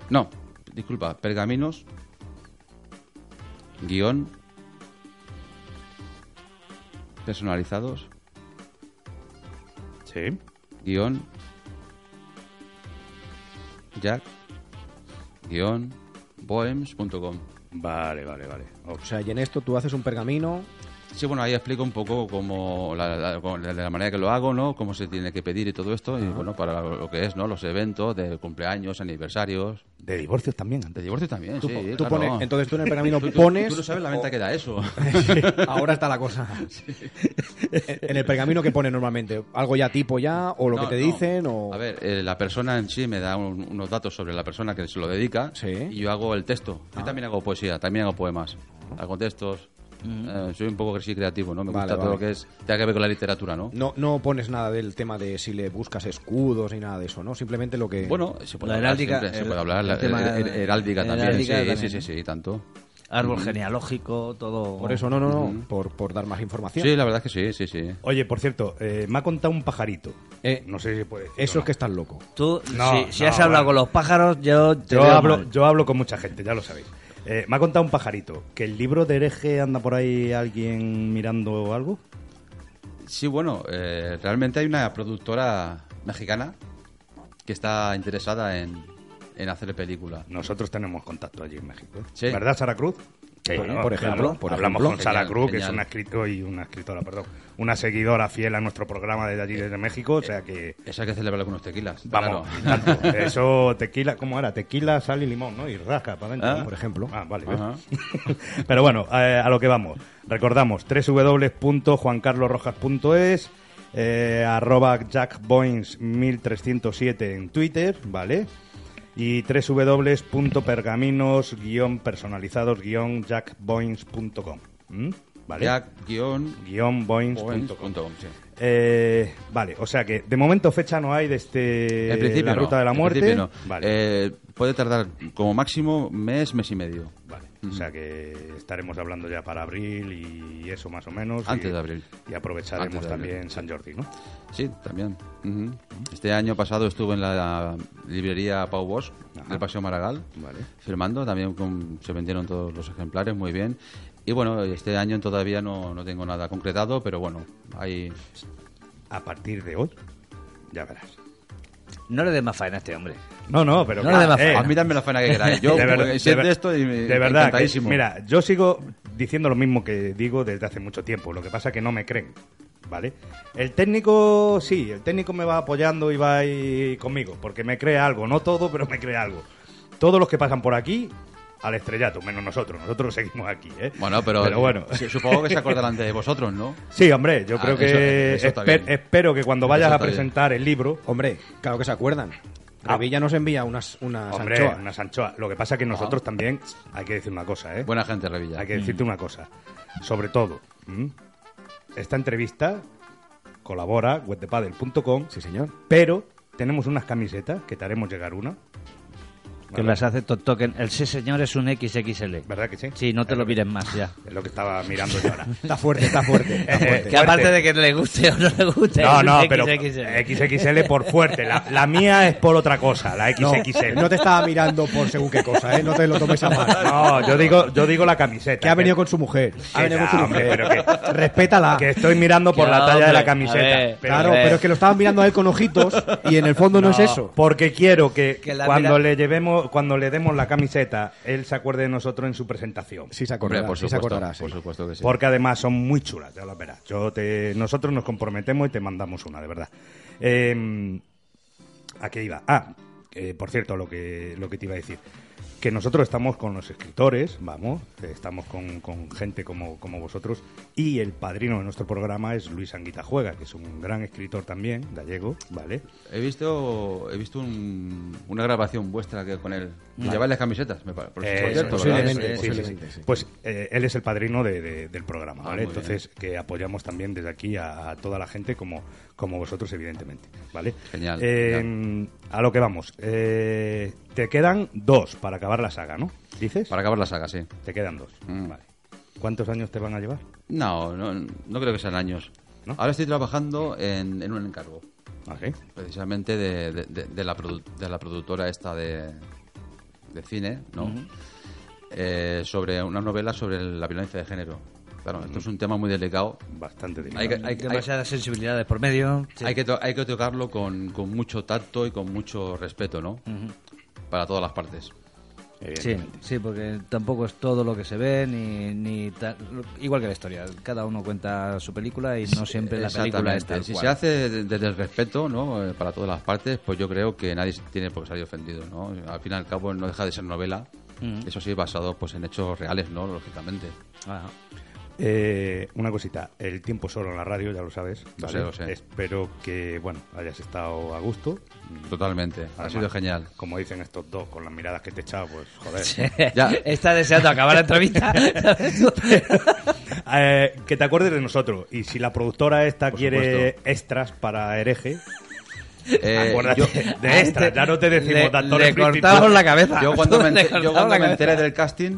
Speaker 3: No, disculpa, pergaminos... Guión... Personalizados...
Speaker 5: Sí.
Speaker 3: Guión... Jack... Guión... Boems.com
Speaker 5: Vale, vale, vale.
Speaker 4: O sea, y en esto tú haces un pergamino.
Speaker 3: Sí, bueno, ahí explico un poco cómo la, la- la- la manera que lo hago, ¿no? Cómo se tiene que pedir y todo esto, y bueno, para lo que es, ¿no? Los eventos de cumpleaños, aniversarios.
Speaker 5: De divorcios también.
Speaker 3: De divorcios también,
Speaker 4: Tú
Speaker 3: sí.
Speaker 4: po- tú
Speaker 3: claro.
Speaker 4: pones- entonces tú en el pergamino
Speaker 3: Tú- tú-
Speaker 4: pones-
Speaker 3: Tú, no sabes la venta que da eso.
Speaker 4: Ahora está la cosa. En en el pergamino que pone normalmente, algo ya tipo ya o lo
Speaker 3: No,
Speaker 4: que te
Speaker 3: no.
Speaker 4: dicen o
Speaker 3: A ver, eh, la persona en sí me da un- unos datos sobre la persona que se lo dedica y yo hago el texto.
Speaker 6: Ah.
Speaker 3: Yo también hago poesía, también hago poemas, hago textos.
Speaker 6: Mm.
Speaker 3: Eh, soy un poco sí, creativo, ¿no? Me
Speaker 4: Vale,
Speaker 3: gusta todo
Speaker 4: vale.
Speaker 3: lo que es tenga que ver con la literatura, ¿no?
Speaker 4: no no pones nada del tema de si le buscas escudos ni nada de eso, ¿no? Simplemente lo que
Speaker 3: Bueno, se puede
Speaker 6: La
Speaker 3: hablar,
Speaker 6: heráldica,
Speaker 3: siempre se
Speaker 6: el-
Speaker 3: puede hablar,
Speaker 6: el
Speaker 3: la-
Speaker 6: tema
Speaker 3: her- her- heráldica
Speaker 6: de la
Speaker 3: también,
Speaker 6: heráldica
Speaker 3: sí,
Speaker 6: también,
Speaker 3: sí, sí,
Speaker 6: ¿no?
Speaker 3: sí, tanto. Mm.
Speaker 6: Árbol
Speaker 3: Ujú.
Speaker 6: genealógico, todo.
Speaker 4: Por eso no no no,
Speaker 3: Ujú.
Speaker 4: por, por dar más información.
Speaker 3: Sí, la verdad es que sí, sí, sí.
Speaker 5: Oye, por cierto, eh, me ha contado un pajarito. no sé si puede.
Speaker 4: Eso es que estás loco.
Speaker 6: Tú,
Speaker 5: No,
Speaker 6: si, si
Speaker 5: no,
Speaker 6: has hablado
Speaker 5: bueno.
Speaker 6: con los pájaros, yo te
Speaker 5: Yo
Speaker 6: veo
Speaker 5: hablo,
Speaker 6: mal.
Speaker 5: yo hablo con mucha gente, ya lo sabéis. Eh, me ha contado un pajarito que el libro de hereje anda por ahí alguien mirando algo.
Speaker 3: Sí, bueno, eh, realmente hay una productora mexicana que está interesada en, en hacer película.
Speaker 5: Nosotros tenemos contacto allí en México. ¿eh?
Speaker 3: Sí.
Speaker 5: ¿Verdad, Sara Cruz?
Speaker 3: Sí,
Speaker 5: Bueno,
Speaker 3: por
Speaker 5: claro,
Speaker 3: ejemplo, por
Speaker 5: hablamos
Speaker 3: ejemplo.
Speaker 5: con Sara
Speaker 3: Genial,
Speaker 5: Cruz, que es
Speaker 3: genial.
Speaker 5: una escritora, y una escritora, perdón, una seguidora fiel a nuestro programa desde allí, desde México, o sea que...
Speaker 3: Eso hay que celebrarlo con unos tequilas.
Speaker 5: Vamos,
Speaker 3: claro.
Speaker 5: y tanto. eso, tequila, ¿cómo era? Tequila, sal y limón, ¿no? Y rasca para adentro,
Speaker 3: Ah.
Speaker 5: ¿no?
Speaker 3: Por
Speaker 4: ejemplo.
Speaker 5: Ah, vale.
Speaker 3: Ajá.
Speaker 5: Pero bueno, eh, a lo que vamos. Recordamos, www.juancarlosrojas.es, eh, arroba jackboins1307 en Twitter, ¿vale? Y www.pergaminos-personalizados-jackboins.com. ¿m? ¿Vale?
Speaker 3: Jack guión
Speaker 5: Guión boins punto com.
Speaker 3: boins.com, sí.
Speaker 5: Eh, vale, o sea que de momento fecha no hay de este
Speaker 3: En principio
Speaker 5: la
Speaker 3: no,
Speaker 5: ruta de la
Speaker 3: en
Speaker 5: muerte.
Speaker 3: principio no.
Speaker 5: Vale.
Speaker 3: Eh, puede tardar como máximo mes, mes y medio.
Speaker 5: Vale. O
Speaker 3: mm.
Speaker 5: sea que estaremos hablando ya para abril y eso más o menos.
Speaker 3: Antes
Speaker 5: y-
Speaker 3: de abril.
Speaker 5: Y aprovecharemos
Speaker 3: Antes de abril.
Speaker 5: también San Jordi, ¿no?
Speaker 3: Sí, también. Ujú. Este año pasado estuve en la librería Pau Bosch del Paseo Maragall firmando. También con- se vendieron todos los ejemplares muy bien. Y bueno, este año todavía no, no tengo nada concretado, pero bueno, hay.
Speaker 5: A partir de hoy, ya verás.
Speaker 6: No le des más faena a este hombre.
Speaker 5: No, no, pero
Speaker 3: Ah, eh,
Speaker 5: eh,
Speaker 6: No le dé más faena.
Speaker 3: A mí dame la faena que queráis. Yo eh,
Speaker 5: De verdad-
Speaker 3: sé
Speaker 5: de ver-
Speaker 3: de esto y me
Speaker 5: de verdad, que-
Speaker 3: encantadísimo.
Speaker 5: mira, yo sigo diciendo lo mismo que digo desde hace mucho tiempo. Lo que pasa que no me creen, ¿vale? El técnico, sí, el técnico me va apoyando y va ahí conmigo, porque me cree algo. No todo, pero me cree algo. Todos los que pasan por aquí al estrellato, menos nosotros. Nosotros seguimos aquí, ¿eh?
Speaker 3: Bueno, pero,
Speaker 5: bueno.
Speaker 3: sí, supongo que se acordarán de vosotros, ¿no?
Speaker 5: Sí, hombre, yo
Speaker 3: Ah,
Speaker 5: creo
Speaker 3: eso-
Speaker 5: que
Speaker 3: eso está
Speaker 5: esper-
Speaker 3: bien.
Speaker 5: espero que cuando vayas
Speaker 3: Eso
Speaker 5: a
Speaker 3: está bien.
Speaker 5: presentar el libro...
Speaker 4: Hombre, claro que se acuerdan. Revilla nos envía unas, unas
Speaker 5: Ah. Hombre,
Speaker 4: anchoas.
Speaker 5: unas anchoas. Lo que pasa es que nosotros también hay que decir una cosa, ¿eh?
Speaker 3: Buena gente, Revilla.
Speaker 5: Hay que
Speaker 4: Mm.
Speaker 5: decirte una cosa. Sobre todo, ¿m? esta entrevista colabora webdepadel.com.
Speaker 4: Sí, señor.
Speaker 5: Pero tenemos unas camisetas que te haremos llegar una.
Speaker 6: Que
Speaker 5: ¿Vale?
Speaker 6: las hace Top Token. El sí señor es un XXL.
Speaker 5: ¿Verdad que sí?
Speaker 6: Sí, no te lo mires más ya.
Speaker 5: Es lo que estaba mirando yo ahora.
Speaker 4: Está fuerte, está fuerte.
Speaker 5: Eh, eh,
Speaker 6: Que aparte de que le guste o no le guste.
Speaker 5: No,
Speaker 6: es
Speaker 5: no,
Speaker 6: un
Speaker 5: pero
Speaker 6: XXL.
Speaker 5: XXL por fuerte. La, la mía es por otra cosa, la
Speaker 4: No,
Speaker 5: XXL.
Speaker 4: no te estaba mirando por según qué cosa, ¿eh? No te lo tomes a mal.
Speaker 5: No, yo digo, yo digo la camiseta.
Speaker 4: Que ha venido con su mujer. Ha venido con su mujer. Respétala.
Speaker 5: Ah, Que Eh. estoy mirando por
Speaker 4: Que
Speaker 5: la
Speaker 4: no,
Speaker 5: talla de
Speaker 4: hombre,
Speaker 5: la
Speaker 4: a
Speaker 5: camiseta.
Speaker 4: ver, claro, pero es que lo estabas mirando a él con ojitos y en el fondo no, es eso.
Speaker 5: Porque quiero que,
Speaker 4: Que la
Speaker 5: cuando
Speaker 4: mira-
Speaker 5: le llevemos, cuando le demos la camiseta, él se acuerde de nosotros en su presentación.
Speaker 4: Sí, se
Speaker 3: Hombre, por supuesto, por supuesto que sí.
Speaker 5: Porque además son muy chulas, ya las verás. Yo te, nosotros nos comprometemos y te mandamos una, de verdad. Eh, ¿A qué iba? Ah, eh, por cierto, lo que, lo que te iba a decir. Que nosotros estamos con los escritores, vamos, eh, estamos con, con gente como, como vosotros, y el padrino de nuestro programa es Luis Anguita Juega, que es un gran escritor también, gallego, ¿vale?
Speaker 3: He visto, he visto un- una grabación vuestra que con él.
Speaker 5: Vale.
Speaker 3: Lleváis las camisetas, me parece. por
Speaker 5: Eh,
Speaker 3: cierto,
Speaker 5: eso,
Speaker 3: ¿verdad?
Speaker 5: eso, sí, sí, sí. Pues eh, él es el padrino de- de- del programa,
Speaker 3: Ah,
Speaker 5: ¿vale?
Speaker 3: muy bien.
Speaker 5: Entonces, que apoyamos también desde aquí a, a toda la gente como, como vosotros, evidentemente, ¿vale?
Speaker 3: Genial,
Speaker 5: Eh, A lo que vamos. Eh, te quedan dos para acabar la saga, ¿no? ¿Dices?
Speaker 3: Para Mm. acabar la saga, sí.
Speaker 5: Te quedan dos. Vale. ¿Cuántos años te van a llevar?
Speaker 3: No, no, no creo que sean años. Ahora estoy trabajando en, en un encargo. ¿Ah, Precisamente de, de- de- de la produ- de la productora esta de, de cine, ¿no?
Speaker 11: Ujú.
Speaker 3: Eh, sobre una novela sobre la violencia de género. Claro, esto es un tema muy delicado.
Speaker 5: Bastante
Speaker 3: Hay, que- hay, hay-
Speaker 6: demasiadas sensibilidades por medio. Sí.
Speaker 3: hay que, to- hay que tocarlo con, con mucho tacto y con mucho respeto, ¿no?
Speaker 6: Ujú.
Speaker 3: Para todas las partes.
Speaker 6: Sí, sí, porque tampoco es todo lo que se ve, ni, ni ta- igual que la historia. Cada uno cuenta su película y no siempre la película es
Speaker 3: Exactamente.
Speaker 6: tal
Speaker 3: Si
Speaker 6: cual.
Speaker 3: se hace de- desde el respeto, ¿no? Eh, Para todas las partes, pues yo creo que nadie tiene por qué salir ofendido, ¿no? Al fin y al cabo no deja de ser novela.
Speaker 6: Ujú.
Speaker 3: Eso sí, basado pues en hechos reales, ¿no? Lógicamente.
Speaker 5: Eh, una cosita, el tiempo solo en la radio, ya lo sabes.
Speaker 3: Lo
Speaker 5: ¿vale?
Speaker 3: sé, lo sé.
Speaker 5: Espero que, bueno, hayas estado a gusto.
Speaker 3: Totalmente, ha sido genial.
Speaker 5: Como dicen estos dos, con las miradas que te he echado, pues joder.
Speaker 6: Sí. Está deseando acabar la entrevista.
Speaker 5: Eh, que te acuerdes de nosotros. Y si la productora esta
Speaker 3: Por
Speaker 5: quiere extras para hereje,
Speaker 3: Eh,
Speaker 5: acuérdate
Speaker 3: yo-
Speaker 5: de extras. Ya no te decimos
Speaker 3: Le-
Speaker 5: tanto
Speaker 3: le
Speaker 5: al principio.
Speaker 3: cortamos la cabeza. Yo cuando me
Speaker 5: Le
Speaker 3: enter- yo
Speaker 5: cortamos
Speaker 3: cuando
Speaker 5: la
Speaker 3: me
Speaker 5: cabeza.
Speaker 3: enteré del casting,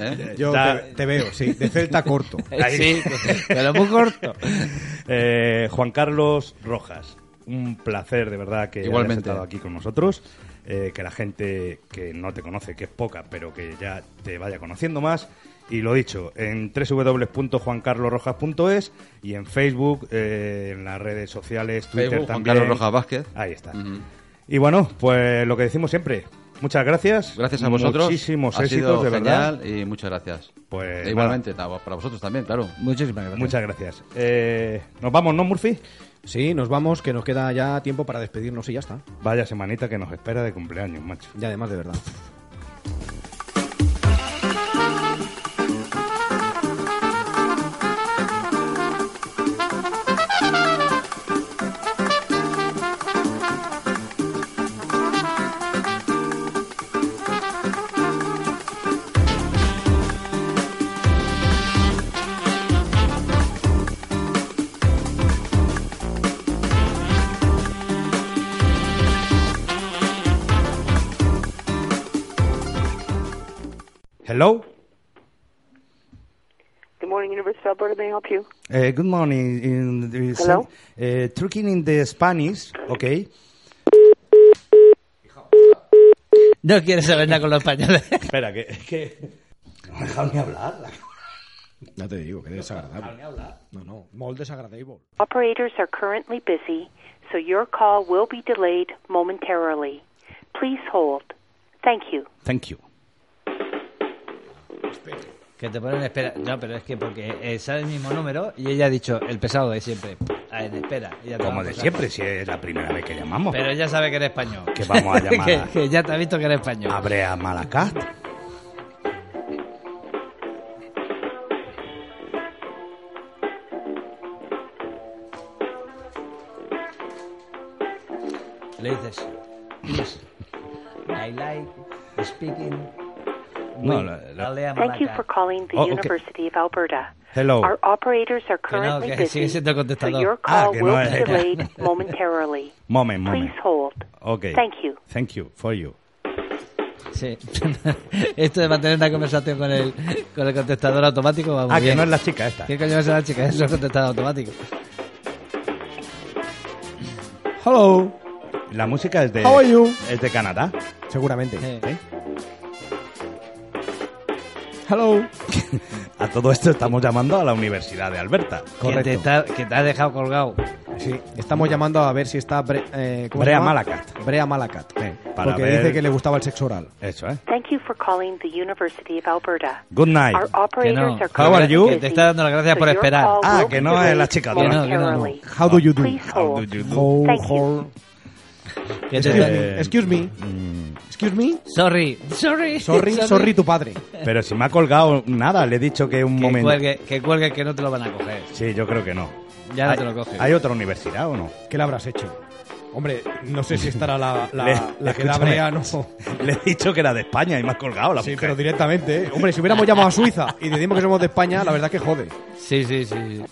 Speaker 3: ¿eh?
Speaker 4: Yo
Speaker 5: Está-
Speaker 4: te, te veo, sí. De Celta corto.
Speaker 5: Ahí.
Speaker 6: pero muy corto.
Speaker 5: Eh, Juan Carlos Rojas, un placer de verdad que hayas
Speaker 3: Igualmente.
Speaker 5: estado aquí con nosotros. Eh, que la gente que no te conoce, que es poca, pero que ya te vaya conociendo más. Y lo dicho, en www.juancarlosrojas.es y en Facebook, eh, en las redes sociales, Twitter
Speaker 3: Facebook, Juan
Speaker 5: también.
Speaker 3: Carlos Rojas Vázquez.
Speaker 5: Ahí está. Y bueno, pues lo que decimos siempre. Muchas gracias.
Speaker 3: Gracias a vosotros.
Speaker 5: Muchísimos
Speaker 3: ha
Speaker 5: éxitos,
Speaker 3: sido
Speaker 5: de verdad.
Speaker 3: genial y muchas gracias.
Speaker 5: Pues
Speaker 3: E igualmente, ta- para vosotros también, claro.
Speaker 6: Muchísimas gracias.
Speaker 5: Muchas gracias. Eh, nos vamos, ¿no, Murphy?
Speaker 4: Sí, nos vamos, que nos queda ya tiempo para despedirnos y ya está.
Speaker 5: Vaya semanita que nos espera de cumpleaños, macho.
Speaker 4: Y además, de verdad.
Speaker 5: Hello.
Speaker 12: Good morning, Universal Alberta. May I help you?
Speaker 5: Eh, good morning. In, in-
Speaker 12: Hello?
Speaker 5: eh, talking in the Spanish, okay.
Speaker 6: No quieres saber nada con los españoles.
Speaker 5: Espera, que... que... No me dejan ni hablar.
Speaker 4: Ya te digo, que desagradable. No, no, molt desagradable.
Speaker 2: Operators are currently busy, so your call will be delayed momentarily. Please hold. Thank you.
Speaker 5: Thank you.
Speaker 6: Que te ponen espera. No, pero es que porque eh, sale el mismo número y ella ha dicho el pesado de siempre. Ah, en espera. y ya te
Speaker 5: Como
Speaker 6: va a
Speaker 5: de
Speaker 6: pasar.
Speaker 5: siempre, si es la primera vez que llamamos.
Speaker 6: Pero ya sabe que eres español.
Speaker 5: Que vamos a llamar
Speaker 6: que,
Speaker 5: a-
Speaker 6: que ya te ha visto que eres español.
Speaker 5: Abre a Malacat.
Speaker 6: Le dices, please,
Speaker 2: "Pues,
Speaker 6: I like speaking.
Speaker 5: No,
Speaker 6: with
Speaker 5: la- la-
Speaker 6: Alea
Speaker 2: Thank you
Speaker 6: Malaca.
Speaker 2: for calling the
Speaker 5: Oh, okay.
Speaker 2: University of Alberta.
Speaker 5: Hello.
Speaker 2: Our operators are
Speaker 6: Que no,
Speaker 2: currently
Speaker 6: que sigue
Speaker 2: busy,
Speaker 6: siendo el
Speaker 2: so
Speaker 6: contestador.
Speaker 2: your
Speaker 5: Ah,
Speaker 2: call
Speaker 5: que
Speaker 2: will
Speaker 5: no
Speaker 2: be
Speaker 5: era.
Speaker 2: delayed momentarily.
Speaker 5: Moment,
Speaker 2: Please
Speaker 5: moment.
Speaker 2: hold.
Speaker 5: Okay.
Speaker 2: Thank you.
Speaker 5: Thank you for you.
Speaker 6: Sí. Esto de mantener una conversación con el, con el contestador automático va muy
Speaker 5: Ah, que
Speaker 6: bien.
Speaker 5: no es la chica esta.
Speaker 6: ¿Qué coño va a ser la chica? Eso es contestador automático. Hello.
Speaker 5: La música es de.
Speaker 4: How are you?
Speaker 5: Es de Canadá.
Speaker 4: Seguramente.
Speaker 5: ¿eh?
Speaker 4: Hello.
Speaker 5: A todo esto estamos llamando a la Universidad de Alberta.
Speaker 6: Que te, está- que te ha dejado colgado.
Speaker 4: Sí, estamos llamando a ver si está Bre- eh, ¿cómo se
Speaker 5: Brea
Speaker 4: llama?
Speaker 5: Malacat.
Speaker 4: Brea Malacat. eh,
Speaker 5: para
Speaker 4: porque
Speaker 5: ver-
Speaker 4: dice que le gustaba el sexo oral.
Speaker 5: Eso, ¿eh?
Speaker 2: Thank you for calling the University of Alberta.
Speaker 5: Good night.
Speaker 2: Our operators are
Speaker 5: How are
Speaker 2: currently
Speaker 5: you?
Speaker 2: busy, so your call
Speaker 5: Ah,
Speaker 2: will
Speaker 5: que
Speaker 2: be
Speaker 5: no es
Speaker 2: delayed
Speaker 5: la chica de
Speaker 2: momentarily.
Speaker 5: How do you do?
Speaker 2: How
Speaker 5: do Este you
Speaker 4: do?
Speaker 2: Thank you.
Speaker 5: Eh,
Speaker 6: Que
Speaker 4: Excuse
Speaker 6: te-
Speaker 4: me. Excuse me.
Speaker 5: Mm.
Speaker 4: Excuse me.
Speaker 6: Sorry. Sorry.
Speaker 4: Sorry, sorry tu padre.
Speaker 5: Pero si me ha colgado nada, le he dicho que un
Speaker 6: Que
Speaker 5: momento.
Speaker 6: cuelgue, que cuelgue que no te lo van a coger.
Speaker 5: Sí, yo creo que no.
Speaker 6: Ya no
Speaker 5: Hay-
Speaker 6: te lo cogen.
Speaker 5: ¿Hay otra universidad o no?
Speaker 4: ¿Qué le habrás hecho? Hombre, no sé si estará la, la,
Speaker 5: Mm. Le-
Speaker 4: la que da
Speaker 5: escúchame.
Speaker 4: Brea, no.
Speaker 5: Le he dicho que era de España y me has colgado la
Speaker 4: Sí,
Speaker 5: mujer.
Speaker 4: pero directamente, ¿eh? Hombre, si hubiéramos llamado a Suiza y decimos que somos de España, la verdad que jode.
Speaker 6: Sí, sí, sí. sí.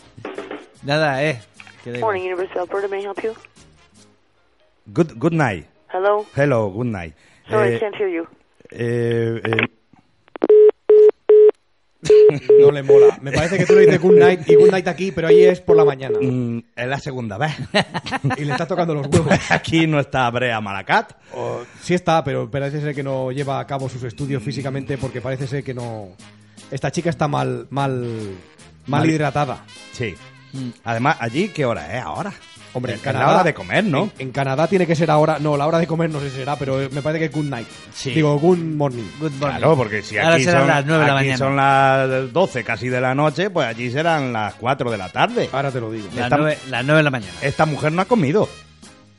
Speaker 6: Nada, eh. Que de-
Speaker 2: Morning, University of Alberta. May I help you?
Speaker 5: Good, good night.
Speaker 2: Hello.
Speaker 5: Hello, good night.
Speaker 2: Sorry, I
Speaker 5: Eh,
Speaker 2: can't hear you.
Speaker 5: eh, eh,
Speaker 4: No le mola. Me parece que tú le dices good night y good night aquí, pero ahí es por la mañana.
Speaker 5: mm, es la segunda vez.
Speaker 4: Y le estás tocando los huevos.
Speaker 5: Aquí no está Brea Malacat.
Speaker 4: O- sí está, pero parece ser que no lleva a cabo sus estudios físicamente porque parece ser que no... Esta chica está mal, mal, mal
Speaker 5: Mal-
Speaker 4: hidratada.
Speaker 5: Sí. Además, allí, ¿qué hora es ahora?
Speaker 4: Mm. Hombre, en
Speaker 5: Es la
Speaker 4: Canadá...
Speaker 5: hora de comer, ¿no?
Speaker 4: En, en Canadá tiene que ser ahora... No, la hora de comer no sé si será, pero me parece que good night.
Speaker 6: Sí.
Speaker 4: Digo, good morning.
Speaker 6: Good morning.
Speaker 5: Claro, porque si
Speaker 6: Ahora
Speaker 5: aquí,
Speaker 6: serán
Speaker 5: son
Speaker 6: las nueve de la
Speaker 5: aquí
Speaker 6: mañana.
Speaker 5: son las 12 casi de la noche, pues allí serán las 4 de la tarde.
Speaker 4: Ahora te lo digo.
Speaker 6: Las
Speaker 5: Esta-
Speaker 6: nueve, las nueve de la mañana.
Speaker 5: Esta mujer no ha comido.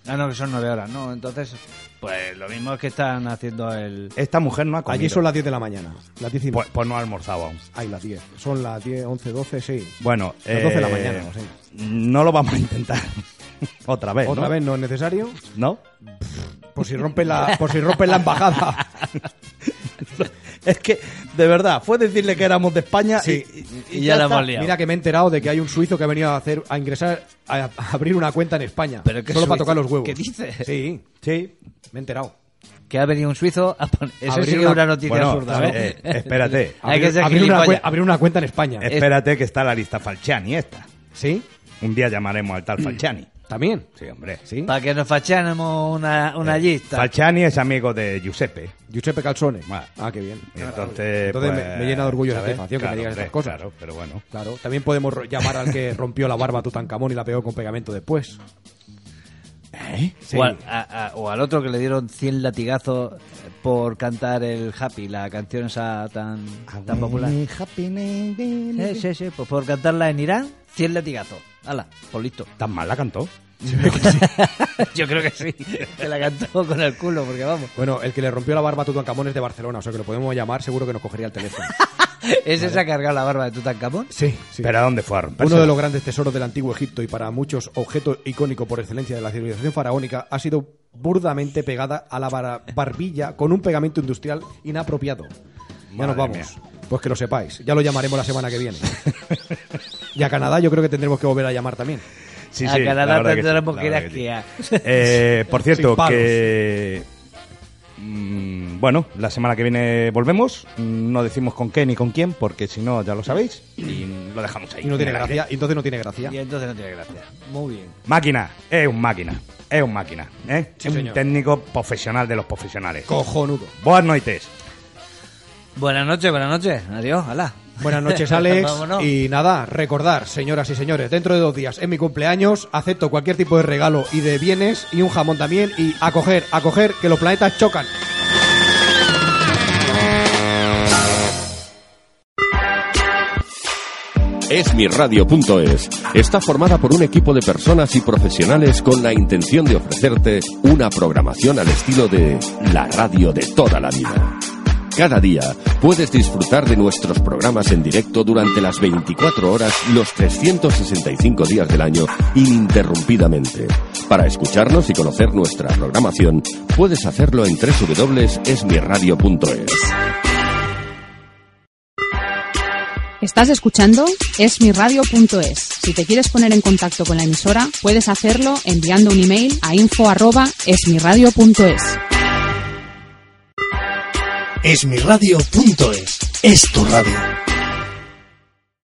Speaker 6: Ah, no, que son nueve horas, ¿no? Entonces, pues lo mismo es que están haciendo el...
Speaker 5: Esta mujer no ha comido.
Speaker 4: Allí son las 10 de la mañana. Las 10 y
Speaker 5: pues, pues no ha almorzado aún.
Speaker 4: Ay, las 10. Son las 10, 11, 12, sí.
Speaker 5: Bueno,
Speaker 4: Las 12 de la
Speaker 5: eh,
Speaker 4: mañana, o sea.
Speaker 5: No lo vamos a intentar. Otra vez.
Speaker 4: Otra
Speaker 5: ¿no?
Speaker 4: vez no es necesario.
Speaker 5: ¿No?
Speaker 4: Por si rompen la, por si rompen la embajada.
Speaker 5: Es que, de verdad, fue decirle que éramos de España
Speaker 4: Sí.
Speaker 5: y,
Speaker 6: Y ya la
Speaker 5: está.
Speaker 6: hemos liado.
Speaker 4: Mira que me he enterado de que hay un suizo que ha venido a hacer, a ingresar, a, a abrir una cuenta en España.
Speaker 6: Pero que
Speaker 4: solo para
Speaker 6: suizo,
Speaker 4: tocar los huevos.
Speaker 6: ¿qué dices?
Speaker 4: Sí,
Speaker 5: Sí.
Speaker 4: me he enterado.
Speaker 6: Que ha venido un suizo a poner... Eso
Speaker 4: Abrir
Speaker 6: sí que es
Speaker 4: una-
Speaker 6: una noticia
Speaker 5: Bueno,
Speaker 6: absurda, ¿no?
Speaker 5: eh, espérate.
Speaker 6: Hay que ser
Speaker 4: abrir, una, cuen-
Speaker 6: gilipollas.
Speaker 4: abrir una cuenta en España.
Speaker 5: Espérate que está la lista Falciani esta.
Speaker 4: Sí,
Speaker 5: Un día llamaremos al tal Falciani.
Speaker 4: también.
Speaker 5: Sí, hombre.
Speaker 4: Sí.
Speaker 6: Para que nos fachánemos una, una lista.
Speaker 5: Falciani es amigo de Giuseppe.
Speaker 4: Giuseppe Calzone.
Speaker 5: Ah.
Speaker 4: Ah, qué bien.
Speaker 5: Y entonces,
Speaker 4: Entonces me-
Speaker 5: pues,
Speaker 4: me llena de orgullo y
Speaker 5: ¿sabes?
Speaker 4: satisfacción que me
Speaker 5: Claro,
Speaker 4: digas estas
Speaker 5: hombre,
Speaker 4: cosas.
Speaker 5: Claro, pero bueno.
Speaker 4: Claro, también podemos ro- llamar al que rompió la barba a Tutankamón y la pegó con pegamento después.
Speaker 5: ¿Eh?
Speaker 4: Sí.
Speaker 6: O, al, a- a- o al otro que le dieron 100 latigazos por cantar el Happy, la canción esa tan, tan popular. Sí, sí, sí, pues por cantarla en Irán, 100 latigazos. Hala, pues listo.
Speaker 5: Tan mal la cantó.
Speaker 6: Yo creo que sí. Que la cantó con el culo, porque vamos.
Speaker 4: Bueno, el que le rompió la barba a Tutankamón es de Barcelona, o sea que lo podemos llamar, seguro que nos cogería el teléfono.
Speaker 6: ¿Es esa cargar la barba de Tutankamón?
Speaker 4: Sí, sí.
Speaker 5: ¿Pero a dónde fue a romperse?
Speaker 4: Uno de los grandes tesoros del antiguo Egipto y para muchos objeto icónico por excelencia de la civilización faraónica ha sido burdamente pegada a la bara- barbilla con un pegamento industrial inapropiado. Ya nos
Speaker 5: Madre
Speaker 4: vamos.
Speaker 5: mía.
Speaker 4: Pues que lo sepáis. Ya lo llamaremos la semana que viene. y a Canadá yo creo que tendremos que volver a llamar también.
Speaker 5: Sí,
Speaker 6: a
Speaker 5: sí, la
Speaker 6: Canadá
Speaker 5: verdad que sí,
Speaker 6: tendremos
Speaker 5: la
Speaker 6: que ir a
Speaker 5: verdad que sí.
Speaker 6: esquiar.
Speaker 5: Eh, por
Speaker 4: Sin
Speaker 5: cierto,
Speaker 4: palos.
Speaker 5: que. mm, Bueno, la semana que viene volvemos. Mm, No decimos con qué ni con quién, porque si no, ya lo sabéis. Y lo dejamos ahí.
Speaker 4: Y no tiene
Speaker 5: en el aire.
Speaker 4: gracia. Y entonces no tiene gracia.
Speaker 6: Y entonces no tiene gracia. Muy bien.
Speaker 5: Máquina, es un máquina. Es un máquina. ¿eh?
Speaker 4: Sí,
Speaker 5: es un
Speaker 4: señor.
Speaker 5: técnico profesional de los profesionales.
Speaker 4: Cojonudo.
Speaker 5: Buenas noches.
Speaker 6: Buenas noches, buenas noches. Adiós, hola.
Speaker 4: Buenas noches, Alex.
Speaker 6: Vámonos.
Speaker 4: y nada, recordar, señoras y señores, dentro de dos días, en mi cumpleaños, acepto cualquier tipo de regalo y de bienes y un jamón también. Y a coger, a coger, que los planetas chocan.
Speaker 1: Esmiradio.es está formada por un equipo de personas y profesionales con la intención de ofrecerte una programación al estilo de la radio de toda la vida. Cada día puedes disfrutar de nuestros programas en directo durante las 24 horas, los 365 días del año, ininterrumpidamente. Para escucharnos y conocer nuestra programación, puedes hacerlo en www.esmirradio.es.
Speaker 13: Estás escuchando esmiradio.es. Si te quieres poner en contacto con la emisora, puedes hacerlo enviando un email a info@esmiradio.es.
Speaker 14: Esmiradio.es. Es tu radio.